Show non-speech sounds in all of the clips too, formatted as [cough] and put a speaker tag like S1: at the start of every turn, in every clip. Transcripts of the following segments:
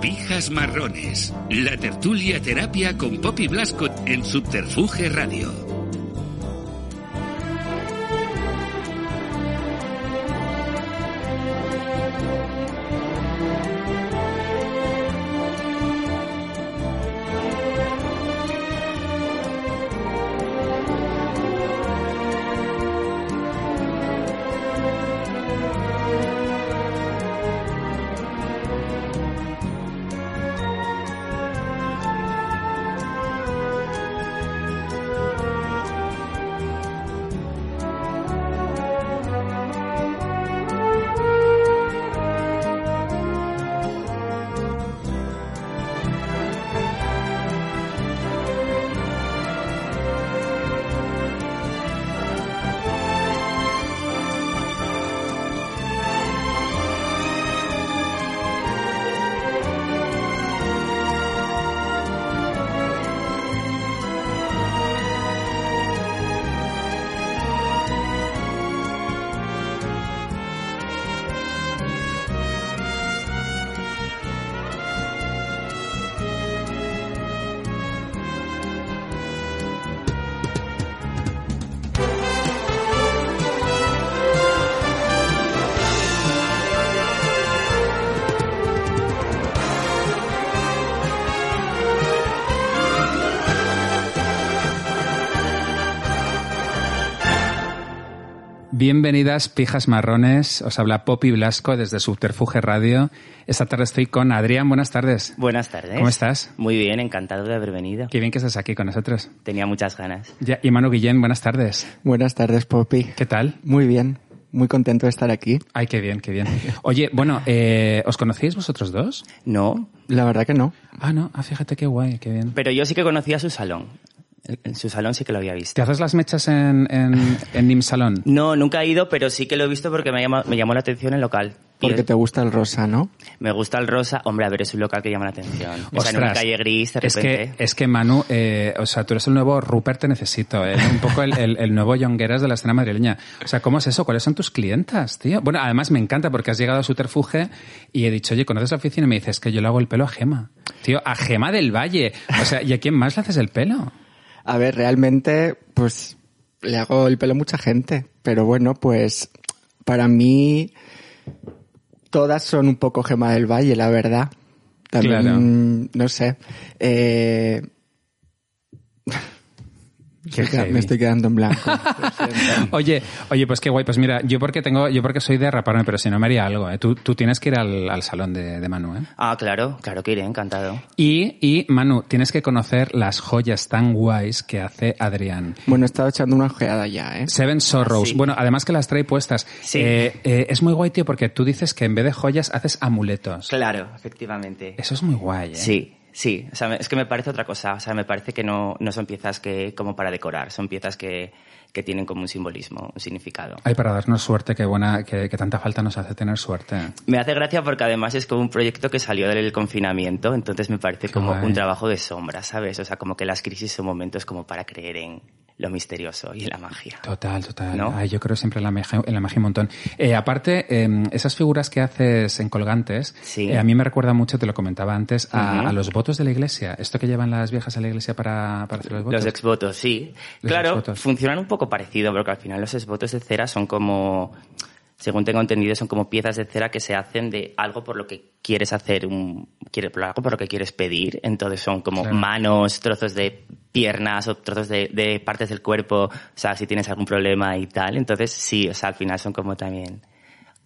S1: Pijas Marrones, la tertulia terapia con Poppy Blasco en Subterfuge Radio.
S2: Bienvenidas, pijas marrones. Os habla Poppy Blasco desde Subterfuge Radio. Esta tarde estoy con Adrián. Buenas tardes.
S3: Buenas tardes.
S2: ¿Cómo estás?
S3: Muy bien, encantado de haber venido.
S2: Qué bien que estás aquí con nosotros.
S3: Tenía muchas ganas.
S2: Ya, y Manu Guillén, buenas tardes.
S4: Buenas tardes, Poppy.
S2: ¿Qué tal?
S4: Muy bien. Muy contento de estar aquí.
S2: Ay, qué bien, qué bien. Oye, bueno, eh, ¿os conocéis vosotros dos?
S3: No,
S4: La verdad que no.
S2: Ah, no. Ah, fíjate qué guay, qué bien.
S3: pero yo sí que conocía su salón. En su salón sí que lo había visto.
S2: ¿Te haces las mechas en, en, en Nim Salón?
S3: No, nunca he ido, pero sí que lo he visto porque me, llama- me llamó la atención el local. Y
S4: Porque
S3: es-
S4: te gusta el rosa, ¿no?
S3: Me gusta el rosa. Hombre, a ver, es un local que llama la atención. O sea, en una
S2: Ostras,
S3: calle gris, de
S2: es
S3: repente.
S2: que, es que Manu, eh, o sea, tú eres el nuevo Rupert Te Necesito, eh, un poco el, el- el nuevo Yongueras de la escena madrileña. O sea, ¿cómo es eso? ¿Cuáles son tus clientas, tío? Bueno, además me encanta porque has llegado a Suterfuge y he dicho, oye, ¿conoces la oficina? Y me dices que yo le hago el pelo a Gema. Tío, a Gema del Valle. O sea, ¿y a quién más le haces el pelo?
S4: A ver, realmente, pues le hago el pelo a mucha gente, pero bueno, pues para mí todas son un poco gema del valle, la verdad. También,
S2: Claro.
S4: no sé. eh,
S2: Qué heavy.
S4: [laughs] me estoy quedando
S2: [laughs]
S4: en blanco.
S2: Oye, oye, pues qué guay. Pues mira, yo porque tengo, yo porque soy de raparme, pero si no me haría algo, eh. Tú, tú tienes que ir al, al salón de, de Manu, eh.
S3: Ah, claro, claro que iré, encantado.
S2: Y, y, Manu, tienes que conocer las joyas tan guays que hace Adrián.
S4: bueno, he estado echando una ojeada ya, ¿eh?
S2: Seven Sorrows.
S3: Sí.
S2: Bueno, además que las trae puestas.
S3: Sí.
S2: Eh, eh, es muy guay, tío, porque tú dices que en vez de joyas haces amuletos.
S3: Claro, efectivamente.
S2: Eso es muy guay, ¿eh?
S3: Sí, sí. O sea, me- es que me parece otra cosa. O sea, me parece que no, no son piezas que como para decorar, son piezas que, que tienen como un simbolismo, un significado.
S2: Ay, para darnos suerte, qué buena, que, tanta falta nos hace tener suerte.
S3: Me hace gracia porque además es como un proyecto que salió del confinamiento, entonces me parece
S2: Qué
S3: como
S2: guay.
S3: un trabajo de sombra, ¿sabes? O sea, como que las crisis son momentos como para creer en lo misterioso y en la magia.
S2: Total, total.
S3: ¿No?
S2: Ay, yo creo siempre en la magia, en la magia un montón. Eh, aparte, eh, esas figuras que haces en colgantes,
S3: Sí.
S2: eh, a mí me recuerda mucho, te lo comentaba antes, a,
S3: Ujú.
S2: a los votos de la iglesia. Esto que llevan las viejas a la iglesia para, para hacer los votos.
S3: Los exvotos, sí.
S2: Los
S3: claro,
S2: exvotos.
S3: funcionan un poco parecido, porque al final los exvotos de cera son como, según tengo entendido, son como piezas de cera que se hacen de algo por lo que quieres hacer, un, quiere- por algo por lo que quieres pedir. Entonces son como
S2: Claro.
S3: manos, trozos de piernas o trozos de, de partes del cuerpo, o sea, si tienes algún problema y tal. Entonces sí, o sea, al final son como también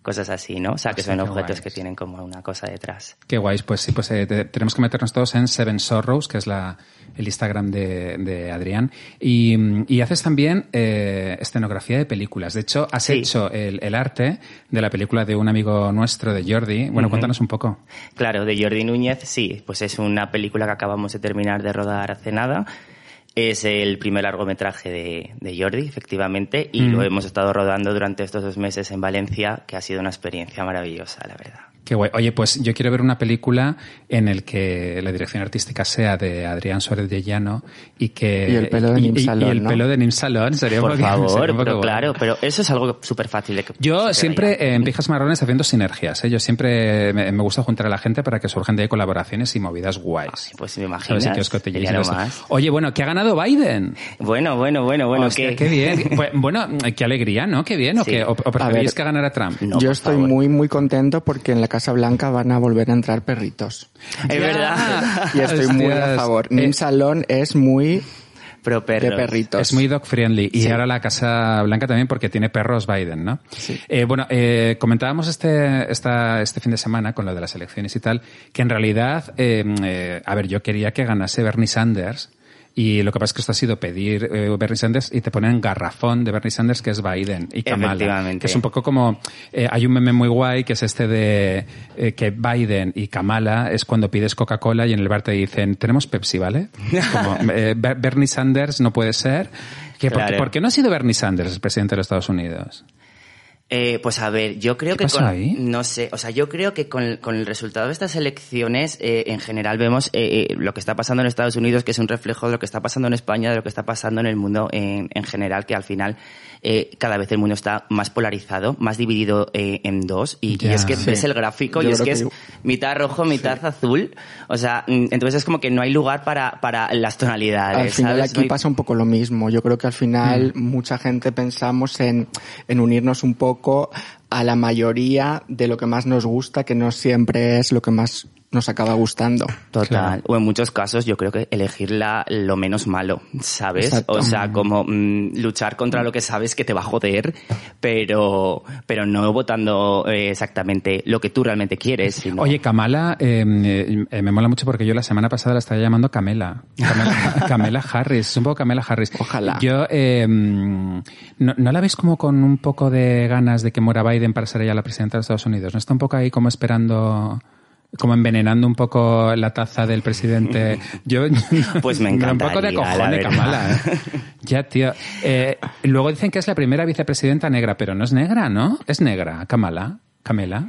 S3: cosas así, ¿no? O sea, que
S2: Hostia,
S3: son
S2: qué
S3: objetos
S2: guays.
S3: que tienen como una cosa detrás.
S2: Qué guays, pues sí, pues eh, te- tenemos que meternos todos en Seven Sorrows, que es la, el Instagram de, de Adrián. Y, mm, y haces también eh, escenografía de películas. De hecho, has
S3: Sí.
S2: hecho el, el arte de la película de un amigo nuestro, de Jordi. Bueno, cuéntanos un poco.
S3: Claro, de Jordi Núñez, sí, pues es una película que acabamos de terminar de rodar hace nada. Es el primer largometraje de, de Jordi, efectivamente, y
S2: Mm.
S3: lo hemos estado rodando durante estos dos meses en Valencia, que ha sido una experiencia maravillosa, la verdad.
S2: Qué guay. Oye, pues yo quiero ver una película en el que la dirección artística sea de Adrián Suárez de Llano y que...
S4: Y el pelo de
S2: y-
S4: Nim
S2: y- y
S4: Salón,
S2: el
S4: ¿no?
S2: pelo de Nim Salón sería un
S3: Por
S2: poco- [laughs] sería
S3: favor,
S2: un poco
S3: pero
S2: guay.
S3: claro, pero eso es algo súper fácil de que... se
S2: Yo
S3: te
S2: siempre
S3: vaya.
S2: eh, en Pijas Marrones haciendo sinergias. ¿eh? Yo siempre me, me gusta juntar a la gente para que surjan de ahí colaboraciones y movidas guays.
S3: Pues si me
S2: A ver
S3: imaginas,
S2: si que os cotilléis
S3: ya
S2: y
S3: no
S2: todo esto.
S3: más.
S2: Oye, bueno, que ha ganado Biden.
S3: Bueno, bueno, bueno, bueno,
S2: Hostia,
S3: ¿qué?
S2: qué
S3: [laughs]
S2: bien. Pues, bueno, qué alegría, ¿no? Qué bien. ¿O,
S3: Sí.
S2: qué? ¿O- o preferís
S4: ver.
S2: que ganara Trump?
S3: No,
S4: Yo
S3: por
S4: estoy
S3: favor.
S4: muy, muy contento porque en la Casa Blanca van a volver a entrar perritos.
S3: Es verdad.
S4: Y estoy muy a
S2: Hostias.
S4: favor.
S2: Eh,
S4: Nim Salón es muy
S3: Pero perros.
S4: de perritos.
S2: Es muy dog friendly. Y ahora la Casa Blanca también porque tiene perros Biden, ¿no? Eh, bueno, eh, comentábamos este, esta, este fin de semana con lo de las elecciones y tal, que en realidad, eh, eh, a ver, yo quería que ganase Bernie Sanders. Y lo que pasa es que esto ha sido pedir eh, Bernie Sanders y te ponen garrafón de Bernie Sanders que es Biden y Kamala.
S3: Efectivamente.
S2: Que es un poco como, eh, hay un meme muy guay que es este de eh, que Biden y Kamala es cuando pides Coca-Cola y en el bar te dicen, tenemos Pepsi, ¿vale? Como, eh, Ber- Bernie Sanders no puede ser. Que porque-
S3: Claro.
S2: ¿Por qué no ha sido Bernie Sanders el presidente de los Estados Unidos?
S3: Eh, pues a ver, yo creo
S2: ¿Qué
S3: que
S2: pasa
S3: con,
S2: ahí?
S3: no sé, o sea, yo creo que con, con el resultado de estas elecciones, eh, en general vemos eh, eh, lo que está pasando en Estados Unidos, que es un reflejo de lo que está pasando en España, de lo que está pasando en el mundo en, en general, que al final eh, cada vez el mundo está más polarizado, más dividido eh, en dos, y, y
S2: Ya.
S3: es que
S2: Sí.
S3: ves el gráfico
S4: Yo
S3: y es
S4: creo
S3: que,
S4: que
S3: es
S4: yo-
S3: mitad rojo, mitad azul, o sea, mm, entonces es como que no hay lugar para, para las tonalidades.
S4: Al final
S3: ¿sabes?
S4: aquí
S3: No hay-
S4: pasa un poco lo mismo. Yo creo que al final
S2: Mm.
S4: mucha gente pensamos en, en unirnos un poco a la mayoría de lo que más nos gusta, que no siempre es lo que más nos acaba gustando.
S3: Total.
S2: Claro.
S3: O en muchos casos yo creo que elegir la, lo menos malo, ¿sabes?
S4: Exacto.
S3: O sea, como mm, luchar contra lo que sabes que te va a joder, pero, pero no votando eh, exactamente lo que tú realmente quieres. Sino...
S2: Oye, Kamala, eh, eh, me mola mucho porque yo la semana pasada la estaba llamando Camela.
S3: [laughs]
S2: Camela, Camela Harris, es un poco Camela Harris.
S4: Ojalá.
S2: Yo, eh, ¿no, no la veis como con un poco de ganas de que muera Biden para ser ella la presidenta de los Estados Unidos? ¿No está un poco ahí como esperando, como envenenando un poco la taza del
S3: [laughs]
S2: presidente? Yo,
S3: Pues me
S2: da [laughs] Un poco de
S3: encantaría, la
S2: cojones,
S3: verdad.
S2: Kamala. ¿eh? Ya, tío. Eh, luego dicen que es la primera vicepresidenta negra, pero no es negra, ¿no? Es negra, Kamala. Camela.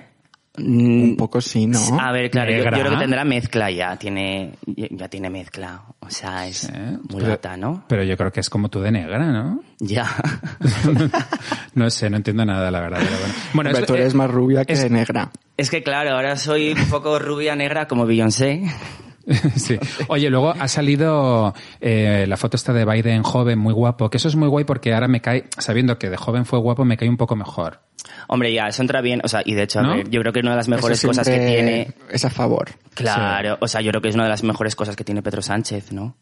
S3: Mm,
S4: Un poco sí, ¿no?
S3: A ver, claro, yo, yo
S2: Negra.
S3: creo que tendrá mezcla ya, tiene, ya tiene mezcla. O sea, es
S2: ¿Eh?
S3: mulata,
S2: Pero-
S3: ¿no? [laughs]
S2: Pero yo creo que es como tú de negra, ¿no? [laughs]
S3: Ya.
S2: no sé, no entiendo nada, la verdad. Pero bueno, bueno
S4: Hombre,
S2: es-
S4: tú eres más rubia que
S2: es-
S4: negra.
S3: Es que claro, ahora soy un poco rubia negra como Beyoncé.
S2: [laughs] sí. Oye, luego ha salido eh, la foto esta de Biden joven, muy guapo, que eso es muy guay porque ahora me cae, sabiendo que de joven fue guapo, me cae un poco mejor.
S3: Hombre, ya, eso entra bien. O sea, y de hecho, a
S2: ¿No?
S3: ver, yo creo que una de las mejores
S4: Eso
S3: cosas que
S4: siempre
S3: tiene Pues
S4: Es a favor.
S3: Claro, o sea, yo creo que es una de las mejores cosas que tiene Pedro Sánchez, ¿no?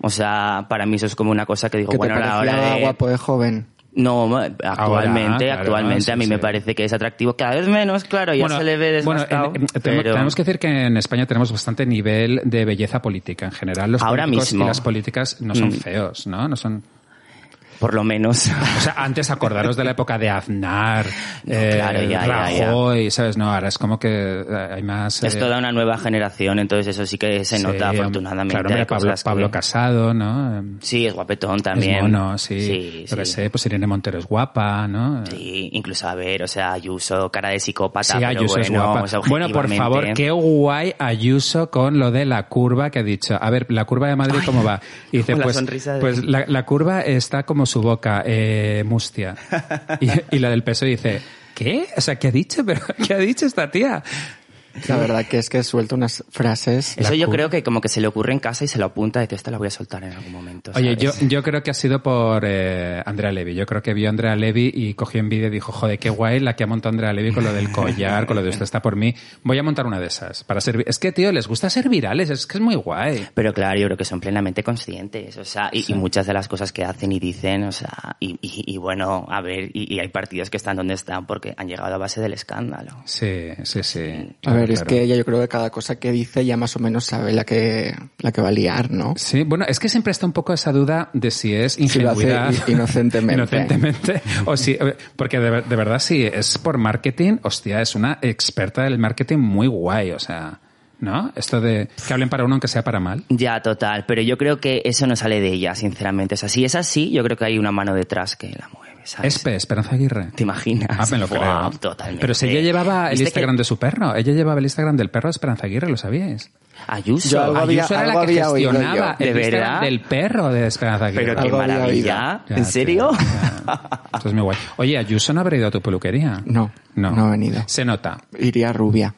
S3: O sea, para mí eso es como una cosa que digo,
S4: Que
S3: bueno,
S4: te
S3: ahora
S4: parecía guapo de joven.
S3: No, ma- actualmente,
S2: claro,
S3: actualmente
S2: sí,
S3: a mí
S2: sí.
S3: me parece que es atractivo cada vez menos, claro, ya se le ve
S2: bueno,
S3: desgastado.
S2: en- en- tenemos,
S3: pero-
S2: tenemos que decir que en España tenemos bastante nivel de belleza política en general. Los
S3: Ahora
S2: políticos
S3: mismo.
S2: y las políticas no son
S3: Mm.
S2: feos, ¿no? No son.
S3: Por lo
S2: [laughs]
S3: menos.
S2: O sea, antes acordaros de la época de
S3: [laughs]
S2: Aznar, eh,
S3: claro, ya, ya, ya.
S2: Rajoy, ¿sabes? No, ahora es como que eh, hay más...
S3: es
S2: eh,
S3: toda una nueva generación, entonces eso sí que se
S2: sí,
S3: nota, afortunadamente.
S2: Claro, hombre,
S3: hay
S2: Pablo,
S3: cosas que-
S2: Pablo Casado, ¿no? Eh,
S3: Sí, es guapetón también.
S2: Es mono, sí.
S3: Sí,
S2: Yo qué
S3: sí.
S2: sé, pues Irene Montero es guapa, ¿no?
S3: Sí, incluso a ver, o sea, Ayuso, cara de psicópata,
S2: Sí,
S3: Ah, pero
S2: Ayuso
S3: bueno,
S2: es guapa.
S3: o sea,
S2: bueno, por favor,
S3: objetivamente-
S2: qué guay Ayuso con lo de la curva que ha dicho. A ver, la curva de Madrid, ¿cómo
S3: [laughs]
S2: va? Y dice,
S3: con la
S2: pues,
S3: sonrisa de-
S2: pues la, la curva está como su boca, eh, mustia. Y, y la del peso dice, ¿qué? O sea, ¿qué ha dicho? Pero, ¿qué ha dicho esta tía?
S4: La verdad que es que suelto unas frases.
S3: Eso
S4: La
S3: yo
S4: cu-
S3: creo que como que se le ocurre en casa y se lo apunta de que esta la voy a soltar en algún momento.
S2: Oye, yo,
S3: ¿sabes?
S2: yo creo que ha sido por eh, Andrea Levy. Yo creo que vio a Andrea Levy y cogió envidia y dijo, joder, qué guay la que ha montado Andrea Levy con lo del collar, con lo de usted está por mí. Voy a montar una de esas. para ser vi- Es que, tío, les gusta ser virales, es que es muy guay.
S3: Pero claro, yo creo que son plenamente conscientes, o sea, y, y muchas de las cosas que hacen y dicen, o sea, y, y- y bueno, a ver, y, y hay partidos que están donde están porque han llegado a base del escándalo.
S2: Sí, sí, sí.
S4: A
S2: Claro,
S4: ver, es
S2: claro.
S4: que ella yo creo que cada cosa que dice ya más o menos sabe la que, la que va a liar, ¿no?
S2: Sí, bueno, es que siempre está un poco esa duda de si es
S4: lo hace
S2: ingenuidad.
S4: i- inocentemente.
S2: [laughs] Inocentemente, O si, porque de, ver- de verdad, si es por marketing, hostia, es una experta del marketing muy guay, o sea, ¿no? Esto de que hablen para uno aunque sea para mal.
S3: Ya, total, pero yo creo que eso no sale de ella, sinceramente. O sea, si es así, yo creo que hay una mano detrás que la mueve, ¿sabes?
S2: Espe, Esperanza Aguirre.
S3: ¿Te imaginas?
S2: Ah, me lo creo.
S3: Buah, Totalmente.
S2: Pero si ella llevaba el
S3: ¿Viste
S2: Instagram
S3: que
S2: de su perro, ella llevaba el Instagram del perro de Esperanza Aguirre, ¿lo sabíais?
S3: Ayuso.
S4: Yo algo
S3: Ayuso
S4: había-
S2: era la
S4: algo
S2: que
S4: había oído
S2: gestionaba
S3: yo.
S2: el
S3: ¿De
S2: Instagram
S3: verdad?
S2: del perro de Esperanza Aguirre.
S3: Pero qué
S4: Algo había
S2: Ya,
S3: maravilla. ¿En
S2: tío,
S3: serio?
S2: ya. Esto es muy guay. Oye, Ayuso no habrá ido a tu peluquería.
S4: No,
S2: no,
S4: no ha venido.
S2: Se
S4: [laughs]
S2: nota.
S4: Iría rubia.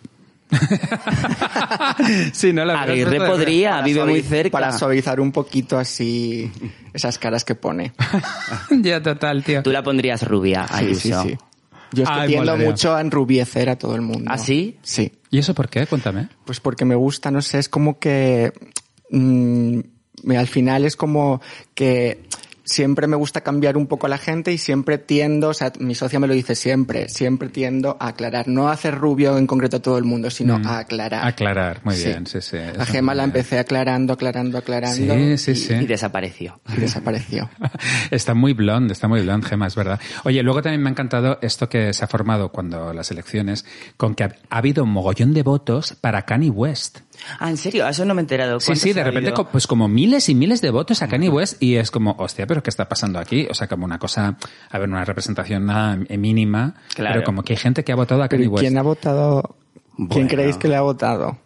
S2: sí, no la
S3: Aguirre podría,
S4: Para
S3: vive muy
S4: suavi-
S3: cerca.
S4: Para suavizar un poquito así esas caras que pone.
S2: [laughs] ya, total, tío.
S3: Tú la pondrías rubia,
S4: Sí,
S3: Ayuso.
S4: sí, sí. Yo es que
S2: Ay,
S4: tiendo
S2: molaría.
S4: mucho a enrubiecer a todo el mundo.
S3: ¿Ah, sí?
S4: Sí.
S2: ¿Y eso por qué? Cuéntame.
S4: Pues porque me gusta, no sé, es como que mm, me- al final es como que siempre me gusta cambiar un poco a la gente y siempre tiendo, o sea, mi socia me lo dice siempre, siempre tiendo a aclarar, no a hacer rubio en concreto a todo el mundo, sino a aclarar.
S2: Mm. Aclarar, muy
S4: Sí.
S2: bien, sí, sí.
S4: A
S2: Eso
S4: Gema
S2: muy
S4: la
S2: bien.
S4: empecé aclarando, aclarando, aclarando
S2: Sí, sí,
S4: y-
S2: sí. [laughs]
S3: Y desapareció.
S4: y desapareció.
S3: Ah, ¿en serio? Eso no me he enterado.
S2: Sí,
S3: ¿Cuántos
S2: sí, de
S3: ha
S2: repente,
S3: habido?
S2: co- pues como miles y miles de votos a Kanye West y es como, hostia, pero ¿qué está pasando aquí? O sea, como una cosa, a ver, una representación nada eh, mínima,
S3: Claro.
S2: pero como que hay gente que ha votado a
S4: Pero
S2: Kanye
S4: ¿y
S2: West.
S4: ¿quién ha votado? ¿Quién
S3: Bueno.
S4: creéis que le ha votado?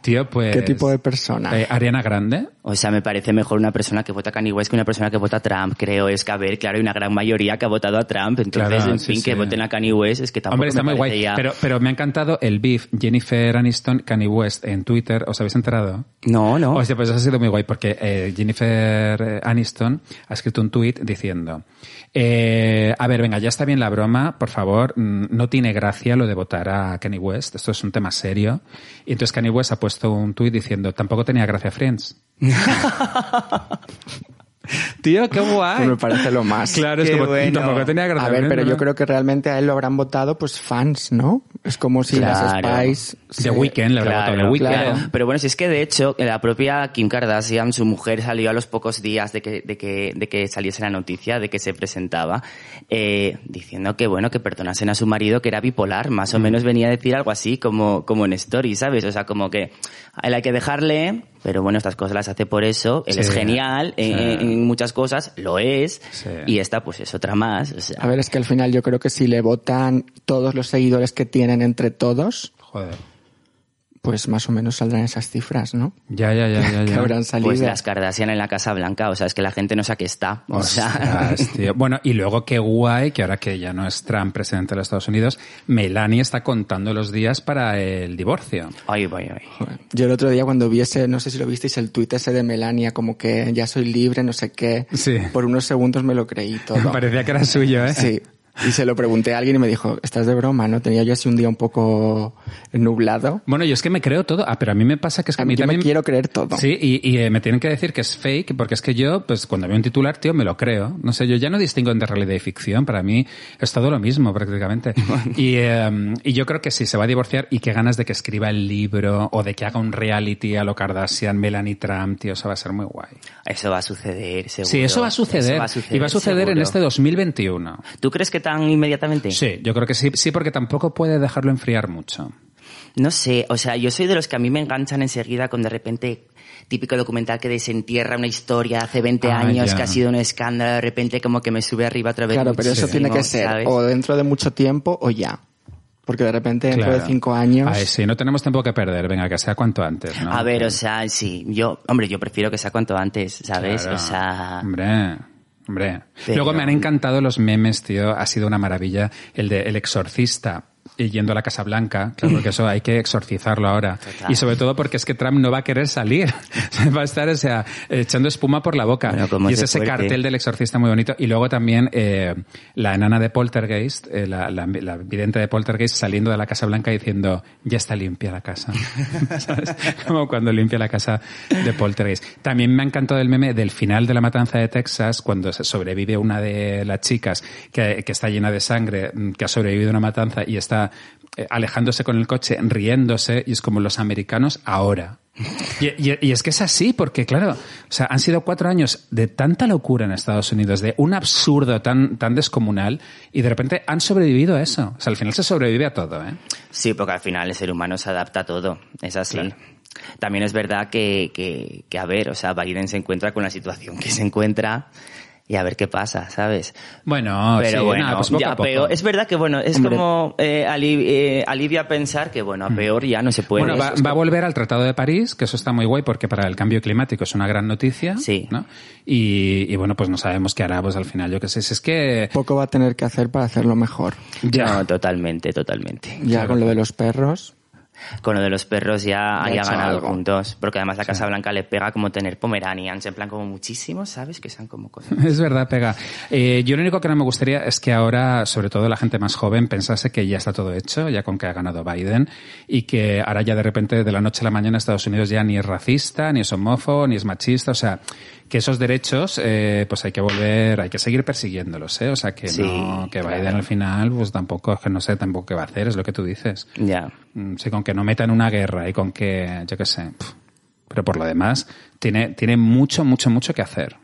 S2: Tío, pues,
S4: ¿Qué tipo de persona?
S2: eh, Ariana Grande.
S3: O sea, me parece mejor una persona que vota a Kanye West que una persona que vota a Trump, creo. Es que, a ver, claro, hay una gran mayoría que ha votado a Trump. Entonces,
S2: Claro,
S3: en
S2: sí,
S3: fin,
S2: sí.
S3: que voten a Kanye West es que tampoco
S2: Hombre, está
S3: me
S2: muy
S3: parece
S2: guay.
S3: ya-
S2: Pero, pero me ha encantado el beef Jennifer Aniston, Kanye West en Twitter. ¿Os habéis enterado?
S3: No, no.
S2: Hostia, pues eso ha sido muy guay porque eh, Jennifer eh, Aniston ha escrito un tuit diciendo, eh, a ver, venga, ya está bien la broma, por favor, mm, no tiene gracia lo de votar a Kanye West, esto es un tema serio. Y entonces Kanye West ha puesto un tuit diciendo, tampoco tenía gracia
S4: [laughs]
S2: Friends. Tío, qué guay.
S4: Pues me parece lo más.
S2: Claro, es
S3: Qué
S2: como,
S3: bueno.
S2: tampoco tenía gracia
S4: A ver,
S2: Friends",
S4: pero yo
S2: ¿verdad?
S4: creo que realmente a él lo habrán votado pues fans, ¿no? Es como si
S3: Claro.
S4: las Spice...
S2: The Weeknd, le habrá votado The Weeknd.
S3: claro. Pero bueno, si es que de hecho, eh, la propia Kim Kardashian, su mujer, salió a los pocos días de que, de que, de que saliese la noticia de que se presentaba, eh, diciendo que bueno, que perdonasen a su marido que era bipolar. Más o
S2: Mm.
S3: menos venía a decir algo así como, como en Story, ¿sabes? O sea, como que a él hay que dejarle, pero bueno, estas cosas las hace por eso. Él
S2: Sí.
S3: es genial en,
S2: Sí.
S3: en- en muchas cosas, lo es.
S2: Sí.
S3: Y esta, pues es otra más. O sea,
S4: A ver, es que al final yo creo que si le votan todos los seguidores que tienen entre todos,
S2: Joder.
S4: pues más o menos saldrán esas cifras, ¿no?
S2: Ya, ya, ya, ya.
S4: Que [laughs]
S2: ya.
S4: habrán salido.
S3: pues las Kardashian en la Casa Blanca, o sea, es que la gente no sabe que está. O sea, [laughs]
S2: Ostras,
S4: [laughs]
S2: tío. Bueno, y luego qué guay que ahora que ya no es Trump presidente de los Estados Unidos, Melania está contando los días para el divorcio.
S3: ay, ay, ay.
S4: Yo el otro día cuando vi ese, no sé si lo visteis, el tuit ese de Melania, como que ya soy libre, no sé qué.
S2: Sí.
S4: Por unos segundos me lo creí todo.
S2: [laughs] Parecía que era suyo, ¿eh?
S4: Sí. Y se lo pregunté a alguien y me dijo, estás de broma, ¿no? Tenía yo así un día un poco nublado.
S2: Bueno, yo es que me creo todo. Ah, pero a mí me pasa que es que
S4: A mí, yo
S2: también...
S4: me quiero creer todo.
S2: Sí, y, y, eh, me tienen que decir que es fake, porque es que yo, pues cuando veo un titular, tío, me lo creo. No sé, yo ya no distingo entre realidad y ficción. Para mí es todo lo mismo, prácticamente. y, eh, y yo creo que si se va a divorciar y qué ganas de que escriba el libro o de que haga un reality a lo Kardashian, Melanie Trump, tío, eso va a ser muy guay.
S3: Eso va a suceder, seguro.
S2: Sí, eso va a suceder.
S3: Eso
S2: y va a suceder en
S3: seguro.
S2: este 2021.
S3: ¿Tú crees que tan inmediatamente?
S2: Sí, yo creo que sí, sí, porque tampoco puede dejarlo enfriar mucho.
S3: No sé, o sea, yo soy de los que a mí me enganchan enseguida con de repente típico documental que desentierra una historia de hace 20
S2: Ah,
S3: años
S2: ya.
S3: que ha sido un escándalo, de repente como que me sube arriba otra vez.
S4: Claro, pero eso
S3: muchísimo,
S4: tiene que ser
S3: ¿sabes?
S4: o dentro de mucho tiempo o ya. Porque de repente dentro
S2: Claro.
S4: de cinco años...
S2: Ay, sí, no tenemos tiempo que perder. Venga, que sea cuanto antes, ¿no?
S3: A ver, o sea, sí, yo, hombre, yo prefiero que sea cuanto antes, ¿sabes?
S2: Claro.
S3: O sea,
S2: Hombre. Hombre.
S3: Pero-
S2: Luego me han encantado los memes, tío. Ha sido una maravilla. El de El Exorcista y yendo a la Casa Blanca, claro, porque eso hay que exorcizarlo ahora.
S3: Total.
S2: Y sobre todo porque es que Trump no va a querer salir. [laughs] Va a estar, o sea, echando espuma por la boca.
S3: Bueno, como
S2: y
S3: es
S2: es
S3: de
S2: ese
S3: fuerte.
S2: cartel del exorcista muy bonito. Y luego también eh, la enana de Poltergeist, eh, la, la- la vidente de Poltergeist saliendo de la Casa Blanca diciendo, ya está limpia la casa. [laughs] ¿Sabes? Como cuando limpia la casa de Poltergeist. También me ha encantado el meme del final de la matanza de Texas, cuando se sobrevive una de las chicas que, que está llena de sangre, mm, que ha sobrevivido a una matanza y está eh, alejándose con el coche, riéndose, y es como los americanos ahora. Y, y- y es que es así, porque claro, o sea, han sido cuatro años de tanta locura en Estados Unidos, de un absurdo tan, tan descomunal, y de repente han sobrevivido a eso. O sea, al final se sobrevive a todo, ¿eh?
S3: Sí, porque al final el ser humano se adapta a todo, es así.
S2: Claro.
S3: También es verdad que, que, que, a ver, o sea, Biden se encuentra con la situación que se encuentra y a ver qué pasa, ¿sabes?
S2: Bueno,
S3: pero
S2: sí,
S3: bueno,
S2: nada, pues poco
S3: ya
S2: a poco.
S3: peor. Es verdad que, bueno, es
S4: Hombre.
S3: como eh, ali- eh, alivia pensar que, bueno, a peor ya no se puede.
S2: Mm. bueno, va,
S3: pues Eso es
S2: va a volver al Tratado de París, que eso está muy guay porque para el cambio climático es una gran noticia.
S3: Sí.
S2: ¿no? Y, y bueno, pues no sabemos qué hará, pues al final, yo qué sé. Si es que.
S4: Poco va a tener que hacer para hacerlo mejor.
S3: Ya. No, totalmente, totalmente.
S4: Ya con lo de los perros.
S3: Con lo de los perros ya
S4: ha
S3: haya
S4: hecho
S3: ganado
S4: algo.
S3: puntos, porque además la Casa Blanca le pega como tener pomeranians, en plan como muchísimos, ¿sabes? Que sean como
S2: [laughs]
S3: cosas.
S2: Es verdad, pega. Eh, yo lo único que no me gustaría es que ahora, sobre todo la gente más joven, pensase que ya está todo hecho, ya con que ha ganado Biden, y que ahora ya de repente, de la noche a la mañana, Estados Unidos ya ni es racista, ni es homófobo, ni es machista, o sea, que esos derechos, eh, pues hay que volver, hay que seguir persiguiéndolos, ¿eh? O sea, que
S3: Sí,
S2: no, que
S3: claro.
S2: Biden al final, pues tampoco, es que no sé tampoco qué va a hacer, es lo que tú dices.
S3: Ya.
S2: Mm, Sí, con que no metan una guerra y con que, yo qué sé, pf. pero por lo demás, tiene, tiene mucho, mucho, mucho que hacer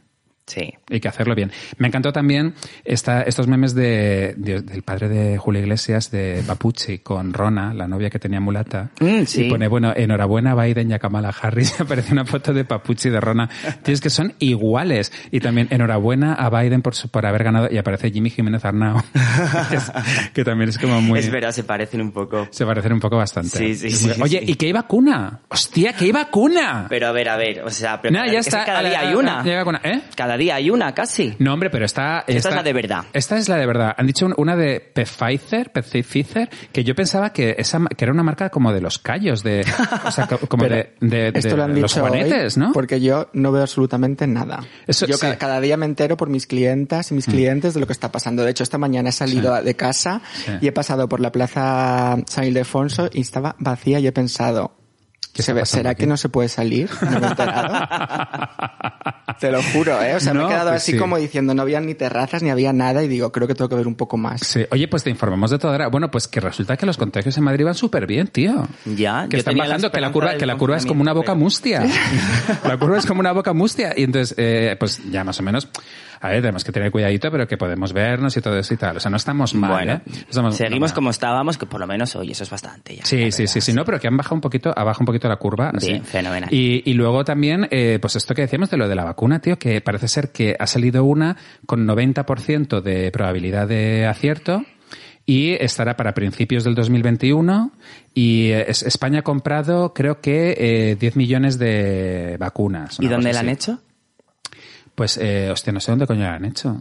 S3: Sí.
S2: y que hacerlo bien. Me encantó también esta, estos memes de, de- del padre de Julio Iglesias, de Papucci, con Rona, la novia que tenía mulata.
S3: Mm, sí.
S2: Y pone, bueno, enhorabuena a Biden y a Kamala Harris. [laughs] Aparece una foto de Papucci y de Rona. Tienes que son iguales. Y también, enhorabuena a Biden por, su- por haber ganado. Y aparece Jimmy Jiménez Arnao. [laughs] que, es- que también es como muy...
S3: Es verdad, se parecen un poco.
S2: Se parecen un poco bastante.
S3: Sí, sí,
S2: Es muy-
S3: sí,
S2: Oye,
S3: sí.
S2: ¿y qué vacuna? ¡Hostia, qué vacuna!
S3: Pero a ver, a ver, o sea, pero
S2: Nada,
S3: cada,
S2: ya
S3: es que
S2: está.
S3: cada día hay una.
S2: Llega con una- ¿Eh?
S3: Cada día hay una, casi.
S2: No, hombre, pero está...
S3: Esta es la de verdad.
S2: Esta es la de verdad. Han dicho un- una de Pe- Pfizer, Pe- Pfizer, que yo pensaba que esa ma- que era una marca como de los callos, de, o sea, co- como
S4: [laughs] Pero
S2: de, de- de
S4: esto lo han
S2: los
S4: dicho
S2: juanetes,
S4: hoy,
S2: ¿no?
S4: Porque yo no veo absolutamente nada.
S2: Eso,
S4: yo
S2: sí. Mm.
S4: ca- cada, día me entero por mis clientas y mis clientes de lo que está pasando. De hecho, esta mañana he salido de casa
S2: Sí.
S4: y he pasado por la plaza San Ildefonso y estaba vacía y he pensado,
S2: ¿Qué
S4: se
S2: está
S4: ve-
S2: pasando
S4: ¿será
S2: aquí?
S4: que no se puede salir? No me
S2: [laughs]
S4: he enterado. Te lo juro, ¿eh? O sea, me
S2: No,
S4: he quedado
S2: pues
S4: así
S2: sí.
S4: como diciendo, no había ni terrazas ni había nada y digo, creo que tengo que ver un poco más.
S2: Sí. Oye, pues te informamos de todo ahora. Bueno, pues que resulta que los contagios en Madrid van súper bien, tío.
S3: Ya,
S2: Que
S3: yo
S2: están
S3: tenía la
S2: bajando, que la
S3: esperanza
S2: curva,
S3: del
S2: que la curva es como una boca
S3: confinamiento,
S2: mustia. [laughs] la curva es como una boca mustia. Y entonces, eh, pues ya más o menos, a ver, tenemos que tener cuidadito, pero que podemos vernos y todo eso y tal. O sea, no estamos mal, ¿eh?
S3: Bueno,
S2: No estamos-
S3: seguimos
S2: no, no.
S3: como estábamos, que por lo menos hoy eso es bastante ya.
S2: Sí,
S3: la
S2: sí,
S3: verdad.
S2: sí, sí, no, pero que han bajado un poquito, ha bajado un poquito la curva.
S3: Bien,
S2: sí.
S3: fenomenal.
S2: Y, y luego también, eh, pues esto que decíamos de lo de la vacuna, tío, que parece ser que ha salido una con 90% de probabilidad de acierto y estará para principios del 2021 y eh, es- España ha comprado creo que eh, 10 millones de vacunas.
S3: ¿Y
S2: una
S3: dónde
S2: cosa
S3: la han
S2: así.
S3: hecho?
S2: Pues, eh, hostia, no sé dónde coño la han hecho.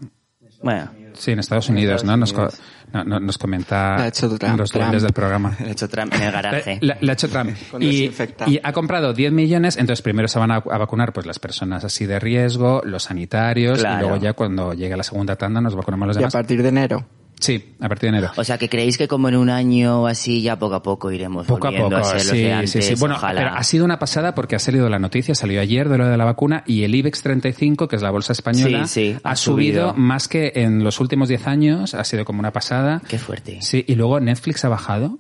S3: Bueno,
S2: Sí, en Estados Unidos, ¿no? Nos, co- no, no, nos comenta
S4: La ha hecho Trump.
S2: los duendes del programa.
S3: la ha hecho Trump en el garaje.
S2: La, la- la ha hecho Trump.
S4: Con
S2: Y,
S4: desinfectante.
S2: y ha comprado 10 millones, entonces primero se van a, a vacunar pues las personas así de riesgo, los sanitarios, y
S3: Claro.
S2: luego ya cuando llegue la segunda tanda nos vacunamos los
S4: Y a
S2: demás.
S4: partir de enero.
S2: Sí, a partir de enero.
S3: O sea, que creéis que como en un año o así ya poco a poco iremos
S2: Poco a
S3: volviendo
S2: poco,
S3: a ser los
S2: sí,
S3: de antes,
S2: sí, sí. Bueno,
S3: ojalá.
S2: pero ha sido una pasada porque ha salido la noticia, salió ayer de lo de la vacuna y el IBEX 35, que es la bolsa española,
S3: Sí, sí,
S2: ha,
S3: ha
S2: subido,
S3: subido.
S2: más que en los últimos 10 años, ha sido como una pasada.
S3: Qué fuerte.
S2: Sí, y luego Netflix ha bajado.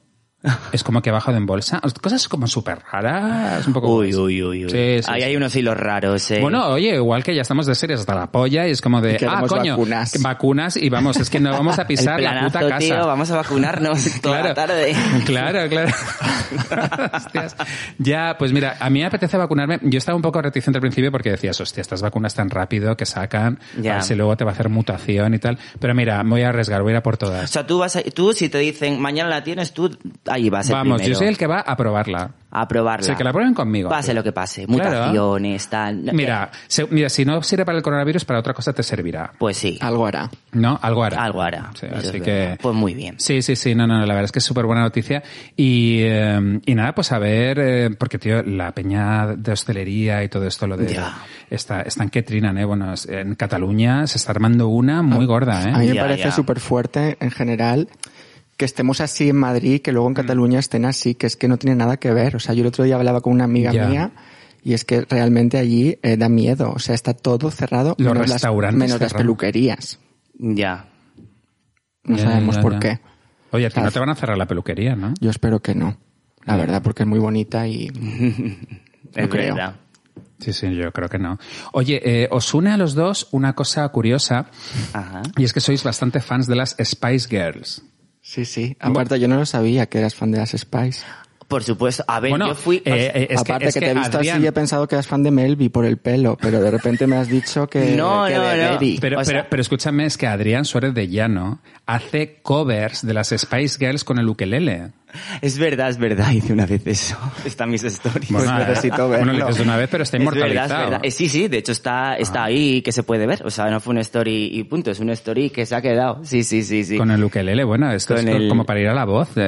S2: Es como que ha bajado en bolsa. Cosas como súper raras, un poco...
S3: Uy,
S2: guays.
S3: uy, uy, uy.
S2: Sí, sí,
S3: Ahí hay unos hilos raros, eh.
S2: Bueno, oye, igual que ya estamos de series hasta la polla y es como de,
S4: Y
S2: ah,
S4: queremos
S2: coño,
S4: vacunas.
S2: vacunas y vamos, es que no vamos a
S3: [laughs] el
S2: pisar la
S3: planazo,
S2: puta casa.
S3: tío, vamos a vacunarnos toda la tarde.
S2: [laughs] Claro,
S3: [laughs]
S2: claro. Hostias. Ya, pues mira, a mí me apetece vacunarme. Yo estaba un poco reticente al principio porque decías, hostia, estas vacunas tan rápido que sacan, a
S3: Ya.
S2: ver si luego te va a hacer mutación y tal. Pero mira, me voy a arriesgar, voy a ir a por
S3: O
S2: todas.
S3: sea, tú vas a- tú si te dicen mañana la tienes, tú allí vas el
S2: Vamos, yo
S3: primero.
S2: soy el que va a probarla.
S3: A probarla.
S2: O sea, que la prueben conmigo.
S3: Pase lo que pase.
S2: Claro.
S3: Mutaciones, tal. eh.
S2: Mira, se- mira, si no sirve para el coronavirus, para otra cosa te servirá.
S3: Pues sí.
S2: Ah.
S4: Algo hará.
S2: ¿No? Algo hará.
S3: Algo hará.
S2: Sí,
S3: Eso
S2: así
S3: es
S2: que...
S3: verdad. Pues muy bien.
S2: Sí, sí, sí, no, no, no, la verdad es que es súper buena noticia. Y, eh, y nada, pues a ver, eh, porque tío, la peña de hostelería y todo esto, lo de...
S3: Ya.
S2: Está, está en que trinan, ¿eh? Bueno, es- en Cataluña se está armando una muy
S3: Ah,
S2: gorda, ¿eh?
S4: A mí me
S3: Ya,
S4: parece
S3: ya.
S4: súper fuerte en general que estemos así en Madrid y que
S2: Mm.
S4: luego en Cataluña estén así, que es que no tiene nada que ver. O sea, yo el otro día hablaba con una amiga
S2: Ya.
S4: mía y es que realmente allí eh, da miedo. O sea, está todo cerrado.
S2: Los
S4: menos las-
S2: restaurantes
S4: Menos las
S2: cerrados.
S4: peluquerías.
S3: Ya.
S4: No
S2: Ya,
S4: sabemos
S2: ya,
S4: por
S2: ya.
S4: qué.
S2: Oye, a ti no te van a cerrar la peluquería, ¿no?
S4: Yo espero que no. La verdad, porque es muy bonita y...
S2: Mm.
S3: Es
S4: creo.
S3: verdad.
S2: Sí, sí, yo creo que no. Oye, eh, os une a los dos una cosa curiosa,
S3: Ajá.
S2: y es que sois bastante fans de las Spice Girls.
S4: Sí, sí. Aparte, yo no lo sabía que eras fan de las Spice.
S3: Por supuesto. A ver,
S2: bueno,
S3: Pues yo fui.
S2: eh, eh, es
S4: Aparte
S2: que,
S4: que,
S2: es que
S4: te he visto
S2: Adrián-
S4: así y he pensado que eras fan de Melby por el pelo, pero de repente me has dicho
S3: [laughs]
S4: que,
S3: No,
S4: que
S3: no,
S4: de
S3: no.
S4: Berry.
S2: Pero,
S3: O sea-
S2: pero, pero escúchame, es que Adrián Suárez de Llano hace covers de las Spice Girls con el ukelele.
S3: Es verdad, es verdad. Hice una vez eso. [laughs] Están mis stories.
S2: Bueno,
S4: Pues necesito
S2: eh, Bueno,
S4: verlo.
S2: lo dices de una vez, pero está inmortalizado. Ah.
S3: Es verdad, es verdad. Eh, sí, sí, de hecho está, está ahí que se puede ver. O sea, no fue una story y punto, es una story que se ha quedado. Sí, sí, sí, sí.
S2: Con el ukelele, bueno, esto
S3: Con
S2: es
S3: el-
S2: como para ir a la voz, eh,